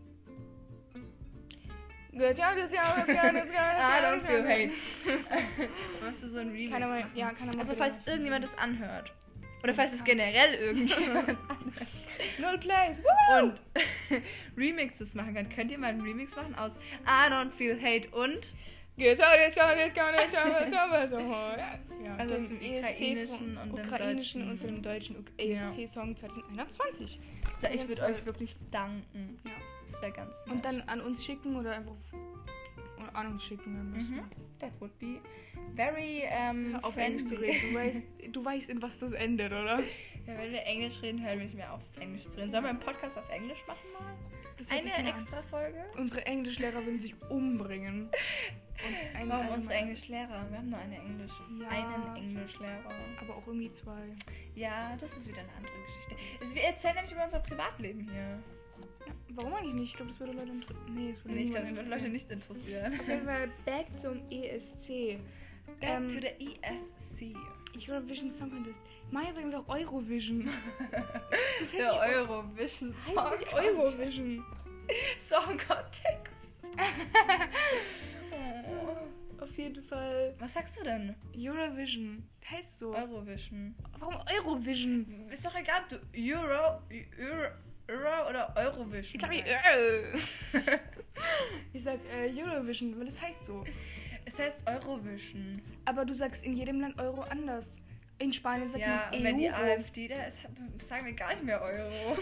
Speaker 2: [laughs]
Speaker 1: [laughs]
Speaker 2: I
Speaker 1: Machst du so ein Remix?
Speaker 2: Keiner mal,
Speaker 1: machen?
Speaker 2: ja, keiner mal.
Speaker 1: also
Speaker 2: bitte
Speaker 1: falls
Speaker 2: machen.
Speaker 1: irgendjemand das anhört. Oder falls es generell
Speaker 2: [laughs]
Speaker 1: irgendjemand
Speaker 2: Null Plays. Woo!
Speaker 1: und [laughs] Remixes machen kann, könnt ihr mal einen Remix machen aus I don't feel hate und
Speaker 2: Geht so, geht so, geht so, geht so, geht [laughs] so, geht so. Ja,
Speaker 1: Also
Speaker 2: dem
Speaker 1: zum
Speaker 2: ESC
Speaker 1: Ukrainischen
Speaker 2: E vom
Speaker 1: und dem
Speaker 2: ukrainischen
Speaker 1: Deutschen.
Speaker 2: und dem deutschen E UK
Speaker 1: Ja.
Speaker 2: ESC-Song 2021.
Speaker 1: ich
Speaker 2: Ganz
Speaker 1: würde
Speaker 2: toll.
Speaker 1: euch wirklich danken.
Speaker 2: Ja.
Speaker 1: Das wäre ganz nett.
Speaker 2: Und dann an uns schicken oder einfach oder an uns schicken. Dann
Speaker 1: Mhm. That would be very ähm,
Speaker 2: Auf Englisch zu
Speaker 1: friendly. [laughs]
Speaker 2: reden. Du weißt, du weißt, in was das endet, [laughs] oder?
Speaker 1: Ja, wenn wir Englisch reden, hören wir nicht mehr auf, Englisch zu reden. Sollen wir einen Podcast auf Englisch machen mal?
Speaker 2: Das hört sich genau
Speaker 1: Eine
Speaker 2: keiner an.
Speaker 1: extra Folge?
Speaker 2: Unsere Englischlehrer würden sich umbringen. Und ein-
Speaker 1: Warum
Speaker 2: ein-
Speaker 1: unsere Englischlehrer? Wir haben nur eine Englisch.
Speaker 2: Ja.
Speaker 1: Einen Englischlehrer.
Speaker 2: Aber auch irgendwie zwei.
Speaker 1: Ja, das ist wieder eine andere Geschichte. Es- Wir erzählen ja nicht über unser Privatleben hier.
Speaker 2: Warum eigentlich nicht? Ich glaube, das würde Leute interessieren. Nee, es würde
Speaker 1: Nee, ich glaube,
Speaker 2: niemanden
Speaker 1: das wird Leute
Speaker 2: interessieren.
Speaker 1: nicht interessieren.
Speaker 2: Auf jeden Fall back zum E ESC.
Speaker 1: Back
Speaker 2: Ähm,
Speaker 1: to the E ESC.
Speaker 2: Eurovision Song Contest. Maya sagen wir
Speaker 1: [laughs]
Speaker 2: auch Eurovision. Das heißt
Speaker 1: Der
Speaker 2: nicht-
Speaker 1: Eurovision Song
Speaker 2: Heißt nicht
Speaker 1: Contest.
Speaker 2: Eurovision.
Speaker 1: [laughs] Song Contest.
Speaker 2: Auf jeden Fall
Speaker 1: [laughs] Was sagst du denn?
Speaker 2: Eurovision. Heißt so.
Speaker 1: Eurovision.
Speaker 2: Warum Eurovision?
Speaker 1: Ist doch egal, ob du Euro, Euro, Euro oder Eurovision.
Speaker 2: Ich sag,
Speaker 1: sagst.
Speaker 2: äh, ich sag äh, Eurovision, weil es heißt so.
Speaker 1: Es heißt Eurovision.
Speaker 2: Aber du sagst in jedem Land Euro anders. In Spanien sagt
Speaker 1: Ja,
Speaker 2: man
Speaker 1: und wenn die
Speaker 2: EU.
Speaker 1: AfD da ist, sagen wir gar nicht mehr [laughs] Euro.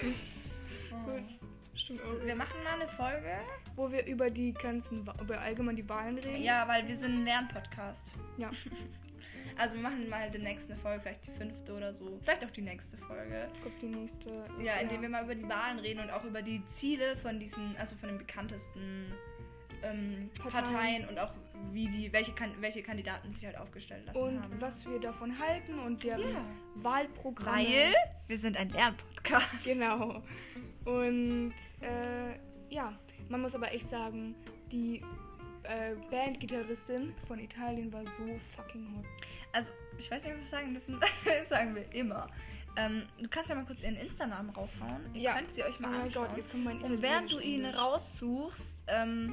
Speaker 2: Gut. Stimmt, Euro.
Speaker 1: Wir machen mal eine Folge.
Speaker 2: Wo wir über die ganzen, Wa- über allgemein die Wahlen reden.
Speaker 1: Ja, weil wir sind ein Lernpodcast.
Speaker 2: Ja.
Speaker 1: [laughs] Also wir machen mal demnächst eine Folge, vielleicht die fünfte oder so. Vielleicht auch die nächste Folge.
Speaker 2: Kommt die nächste.
Speaker 1: Ja, indem wir mal über die Wahlen reden und auch über die Ziele von diesen, also von den bekanntesten ähm, Parteien.
Speaker 2: Parteien.
Speaker 1: und auch wie die, welche, kan welche Kandidaten sich halt aufgestellt lassen
Speaker 2: Und
Speaker 1: haben.
Speaker 2: was wir davon halten und deren
Speaker 1: ja.
Speaker 2: Wahlprogramme.
Speaker 1: Weil wir sind ein Lernpodcast.
Speaker 2: Genau. Und äh, ja, man muss aber echt sagen, die äh, Bandgitarristin von Italien war so fucking hot.
Speaker 1: Also, ich weiß nicht, ob wir es sagen dürfen. [laughs] sagen wir immer. Ähm, du kannst ja mal kurz ihren Insta-Namen raushauen. Ihr
Speaker 2: Ja.
Speaker 1: könnt sie euch
Speaker 2: Oh
Speaker 1: mal
Speaker 2: mein
Speaker 1: anschauen.
Speaker 2: Gott, jetzt kommt mein
Speaker 1: Und während du ihn
Speaker 2: raus.
Speaker 1: raussuchst, ähm,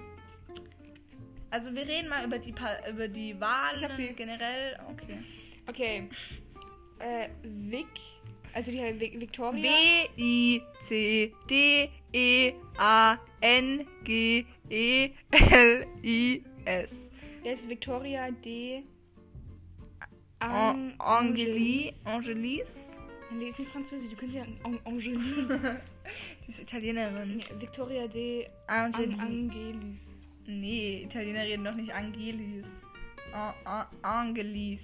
Speaker 1: also wir reden mal über die pa über die
Speaker 2: Ich hab sie.
Speaker 1: Wahlen generell. Okay. [laughs]
Speaker 2: Okay. Äh, Vic. Also die heißt Vic Victoria.
Speaker 1: W I C D E A N G E L I S.
Speaker 2: Der ist Victoria D.
Speaker 1: An Angeli
Speaker 2: [laughs]
Speaker 1: Angelis.
Speaker 2: Nee, ist nicht französisch. Du könntest ja An
Speaker 1: [laughs]
Speaker 2: Angelie.
Speaker 1: Die ist Italienerin.
Speaker 2: Nee, Victoria D. An
Speaker 1: Angelis.
Speaker 2: Angelis.
Speaker 1: Nee, Italiener reden doch nicht Angelis. A- A- Angelis.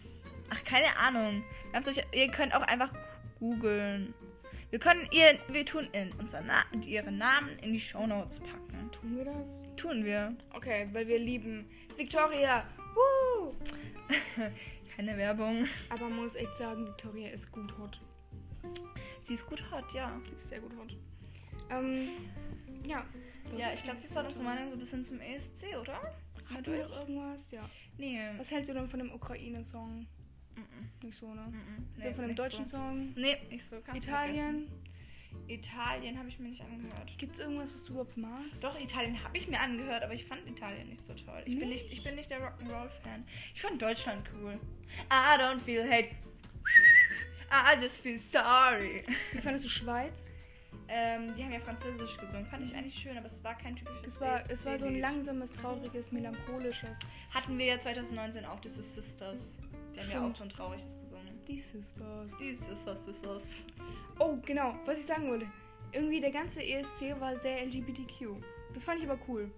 Speaker 1: Ach, keine Ahnung. Wir haben's euch, ihr könnt auch einfach googeln. Wir können ihr, wir tun in unseren Na und ihren Namen in die Shownotes packen.
Speaker 2: Tun wir das?
Speaker 1: Tun wir. [laughs]
Speaker 2: Okay, weil wir lieben Victoria. Woo!
Speaker 1: Keine Werbung.
Speaker 2: Aber man muss echt sagen, Victoria ist gut hot.
Speaker 1: Sie ist gut hot, ja.
Speaker 2: Sie ist sehr gut hot. Ähm, ja.
Speaker 1: Ja, ich glaube, das war das so so ein bisschen zum ESC, oder? Sind wir
Speaker 2: Hat du
Speaker 1: durch?
Speaker 2: noch irgendwas? Ja.
Speaker 1: Nee. Mm,
Speaker 2: Was hältst du denn von dem Ukraine-Song?
Speaker 1: Mm-mm.
Speaker 2: Nicht so, ne?
Speaker 1: Mm-mm.
Speaker 2: so von dem
Speaker 1: mm. nicht
Speaker 2: deutschen
Speaker 1: so.
Speaker 2: Song?
Speaker 1: Nee, nicht so. Kannst du
Speaker 2: Italien?
Speaker 1: vergessen. Italien habe ich mir nicht angehört.
Speaker 2: Gibt's irgendwas, was du überhaupt magst?
Speaker 1: Doch, Italien habe ich mir angehört, aber ich fand Italien nicht so toll. Ich, bin, nicht, ich bin nicht der Rock'n'Roll-Fan. Ich fand Deutschland cool. I don't feel hate. I just feel sorry.
Speaker 2: Wie fandest du Schweiz?
Speaker 1: Ähm, die haben ja Französisch gesungen. Fand ich eigentlich schön, aber es war kein typisches
Speaker 2: Es war, es war so ein
Speaker 1: BSC-Lied.
Speaker 2: langsames, trauriges, melancholisches.
Speaker 1: Hatten wir ja 2019 auch dieses Sisters. Die haben ja
Speaker 2: Stimmt.
Speaker 1: auch so ein trauriges gesungen.
Speaker 2: Die Sisters.
Speaker 1: Die Sisters, Sisters.
Speaker 2: E Oh, genau, was ich sagen wollte. Irgendwie der ganze ESC war sehr LGBTQ. Das fand ich aber cool.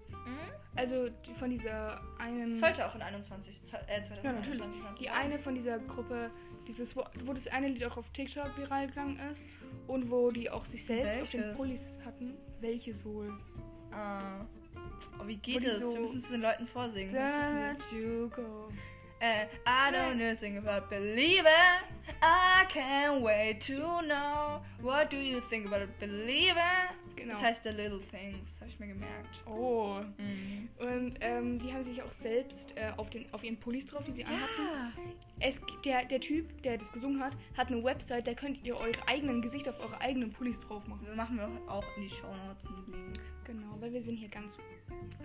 Speaker 2: Also die, von dieser einen.
Speaker 1: Mhm. Sollte auch in 21, äh, 2021
Speaker 2: Mhm. Ja, natürlich. Die
Speaker 1: sein.
Speaker 2: eine von dieser Gruppe, dieses, wo, wo das eine Lied auch auf TikTok viral gegangen ist und wo die auch sich selbst auf den
Speaker 1: Welches?
Speaker 2: Pullis hatten. Welches wohl?
Speaker 1: Ah. Oh, wie
Speaker 2: Wo
Speaker 1: geht
Speaker 2: die
Speaker 1: es?
Speaker 2: so-
Speaker 1: Wir müssen es den Leuten vorsingen. sonst
Speaker 2: Let
Speaker 1: ist es nicht.
Speaker 2: you go.
Speaker 1: Äh, I don't know a thing about believing. I can't wait to know. What do you think about believing?
Speaker 2: Genau.
Speaker 1: Das heißt The Little Things, habe ich mir gemerkt.
Speaker 2: oh.
Speaker 1: Mhm.
Speaker 2: Und ähm, die haben sich auch selbst äh, auf, den, auf ihren Pullis drauf, die sie anhatten.
Speaker 1: Ja.
Speaker 2: Es, gibt- der, der Typ, der das gesungen hat, hat eine Website, da könnt ihr eure eigenen Gesichter auf eure eigenen Pullis drauf machen.
Speaker 1: Wir machen wir auch in die Show Notes einen Link.
Speaker 2: Genau, weil wir sind hier ganz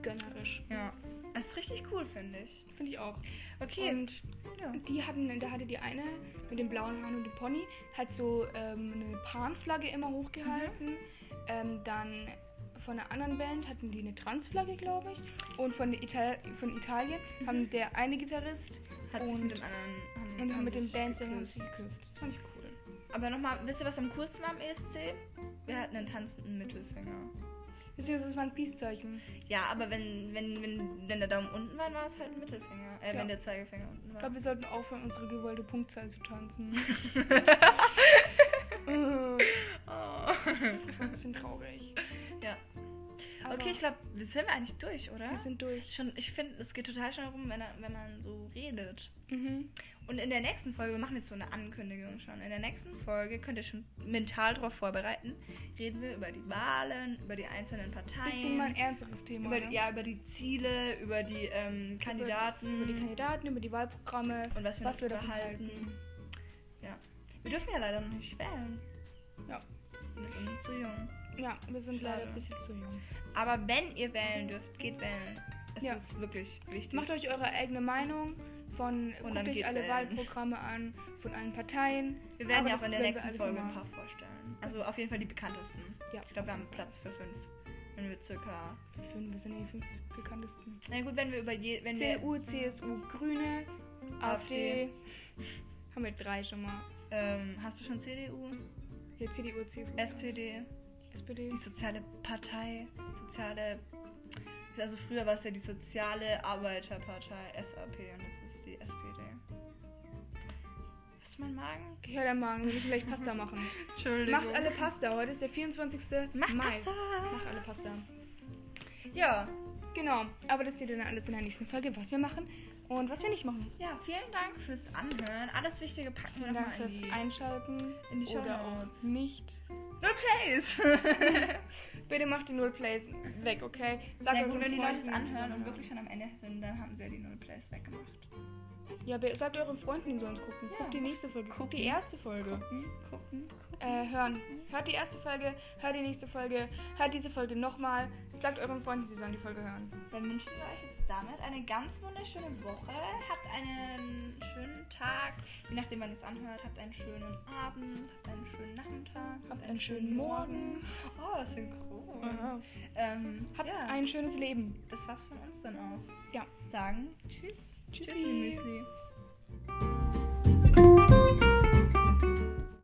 Speaker 2: gönnerisch.
Speaker 1: Ja. Das ist richtig cool, finde ich.
Speaker 2: Finde ich auch.
Speaker 1: Okay.
Speaker 2: Und
Speaker 1: ja.
Speaker 2: Die hatten, da hatte die eine mit den blauen Haaren und dem Pony, hat so ähm, eine Panflagge immer hochgehalten. Ähm, dann von einer anderen Band hatten die eine Transflagge, glaube ich. Und von, Ital von Italien haben der eine Gitarrist
Speaker 1: Hat sich
Speaker 2: und-
Speaker 1: mit dem anderen. Haben,
Speaker 2: und
Speaker 1: haben
Speaker 2: mit dem
Speaker 1: sich
Speaker 2: Bandsänger Mhm. haben
Speaker 1: geküsst.
Speaker 2: sie geküsst. Das fand ich cool.
Speaker 1: Aber nochmal, wisst ihr, was am coolsten war am ESC? Wir hatten einen tanzenden Mittelfinger.
Speaker 2: Deswegen, das war ein Peace-Zeichen.
Speaker 1: Ja, aber wenn, wenn, wenn, wenn der Daumen unten war, war es halt ein Mittelfinger. Äh,
Speaker 2: Ja.
Speaker 1: wenn der Zeigefinger unten
Speaker 2: Ich
Speaker 1: war.
Speaker 2: glaube, wir sollten aufhören, unsere gewollte Punktzahl zu
Speaker 1: [laughs]
Speaker 2: tanzen. [laughs]
Speaker 1: oh.
Speaker 2: ein bisschen traurig.
Speaker 1: Ja.
Speaker 2: Aber
Speaker 1: Okay, ich glaube, das sind wir eigentlich durch, oder?
Speaker 2: wir sind durch.
Speaker 1: Schon, ich finde, es geht total schnell rum, wenn, er- wenn man so redet.
Speaker 2: Mhm.
Speaker 1: Und in der nächsten Folge, wir machen jetzt so eine Ankündigung schon. In der nächsten Folge könnt ihr schon mental darauf vorbereiten. Reden wir über die Wahlen, über die einzelnen
Speaker 2: Bisschen mal ein
Speaker 1: Parteien,
Speaker 2: ernsteres Thema.
Speaker 1: über,
Speaker 2: ne?
Speaker 1: die- ja, über die Ziele, über die ähm, Kandidaten
Speaker 2: Über die Kandidaten, über die Wahlprogramme.
Speaker 1: und was wir
Speaker 2: was wir
Speaker 1: noch
Speaker 2: davon
Speaker 1: behalten.
Speaker 2: halten.
Speaker 1: Ja. Wir dürfen ja leider noch nicht wählen.
Speaker 2: Ja.
Speaker 1: Wir sind zu jung.
Speaker 2: Ja, wir sind
Speaker 1: Schade.
Speaker 2: leider ein bisschen zu jung.
Speaker 1: Aber wenn ihr wählen dürft, geht wählen. Es
Speaker 2: Ja.
Speaker 1: ist wirklich wichtig.
Speaker 2: Macht euch eure eigene Meinung von
Speaker 1: Und dann
Speaker 2: guckt euch
Speaker 1: geht
Speaker 2: alle
Speaker 1: wählen.
Speaker 2: Wahlprogramme an, von allen Parteien.
Speaker 1: Wir werden
Speaker 2: Aber
Speaker 1: ja auch
Speaker 2: das
Speaker 1: in der
Speaker 2: werden wir
Speaker 1: nächsten
Speaker 2: alles
Speaker 1: Folge ein
Speaker 2: machen.
Speaker 1: paar vorstellen. Also auf jeden Fall die bekanntesten.
Speaker 2: Ja.
Speaker 1: Ich glaube, wir haben Platz für fünf. Wenn wir circa.
Speaker 2: Schön, wir sind die fünf bekanntesten.
Speaker 1: Na gut, wenn wir über je, wenn wir
Speaker 2: CDU, CSU, Grüne,
Speaker 1: AfD.
Speaker 2: AfD. Haben wir drei schon mal.
Speaker 1: ähm, hast du schon CDU,
Speaker 2: Ja, CDU, CSU.
Speaker 1: SPD,
Speaker 2: SPD.
Speaker 1: die soziale Partei, soziale also früher war es ja die soziale Arbeiterpartei SAP und jetzt ist die SPD. Hast du meinen Magen?
Speaker 2: Ich höre den Magen, wir müssen gleich
Speaker 1: [laughs]
Speaker 2: Pasta machen.
Speaker 1: Entschuldigung.
Speaker 2: Macht alle Pasta, heute ist der 24.
Speaker 1: Macht
Speaker 2: Mai.
Speaker 1: Pasta.
Speaker 2: Macht alle Pasta.
Speaker 1: Ja,
Speaker 2: Genau, aber das seht ihr dann alles in der nächsten Folge, was wir machen und was wir nicht machen.
Speaker 1: ja, vielen Dank fürs Anhören. Alles Wichtige packen wir
Speaker 2: Vielen Dank
Speaker 1: nochmal
Speaker 2: fürs
Speaker 1: in die
Speaker 2: Einschalten
Speaker 1: in die Show
Speaker 2: oder auch
Speaker 1: Notes.
Speaker 2: nicht.
Speaker 1: No
Speaker 2: [laughs]
Speaker 1: Place.
Speaker 2: Bitte macht die Null Plays weg, okay? Sag
Speaker 1: Na
Speaker 2: euren
Speaker 1: gut, wenn die Leute
Speaker 2: Freunden,
Speaker 1: es anhören und
Speaker 2: sondern-
Speaker 1: wirklich schon am Ende sind, dann haben sie ja die Null Plays weggemacht.
Speaker 2: Ja, be- sagt euren Freunden, die sollen gucken.
Speaker 1: Ja.
Speaker 2: Guckt die nächste Folge, guckt die erste Folge.
Speaker 1: Gucken, gucken, gucken.
Speaker 2: Äh, hören. Hört die erste Folge, hört die nächste Folge, hört diese Folge nochmal. Sagt euren Freunden, sie sollen die Folge hören.
Speaker 1: Dann wünschen wir euch jetzt damit eine ganz wunderschöne Woche. Habt einen schönen Tag. Je nachdem, wann ihr es anhört, habt einen schönen Abend, habt einen schönen Nachmittag,
Speaker 2: Habt einen schönen Morgen.
Speaker 1: Oh, synchron.
Speaker 2: Aha.
Speaker 1: Ähm,
Speaker 2: Habt
Speaker 1: ja,
Speaker 2: ein schönes Leben.
Speaker 1: das war's von uns dann auch.
Speaker 2: Ja.
Speaker 1: Sagen Tschüss.
Speaker 2: Tschüssi.
Speaker 1: Tschüssi, Müsli.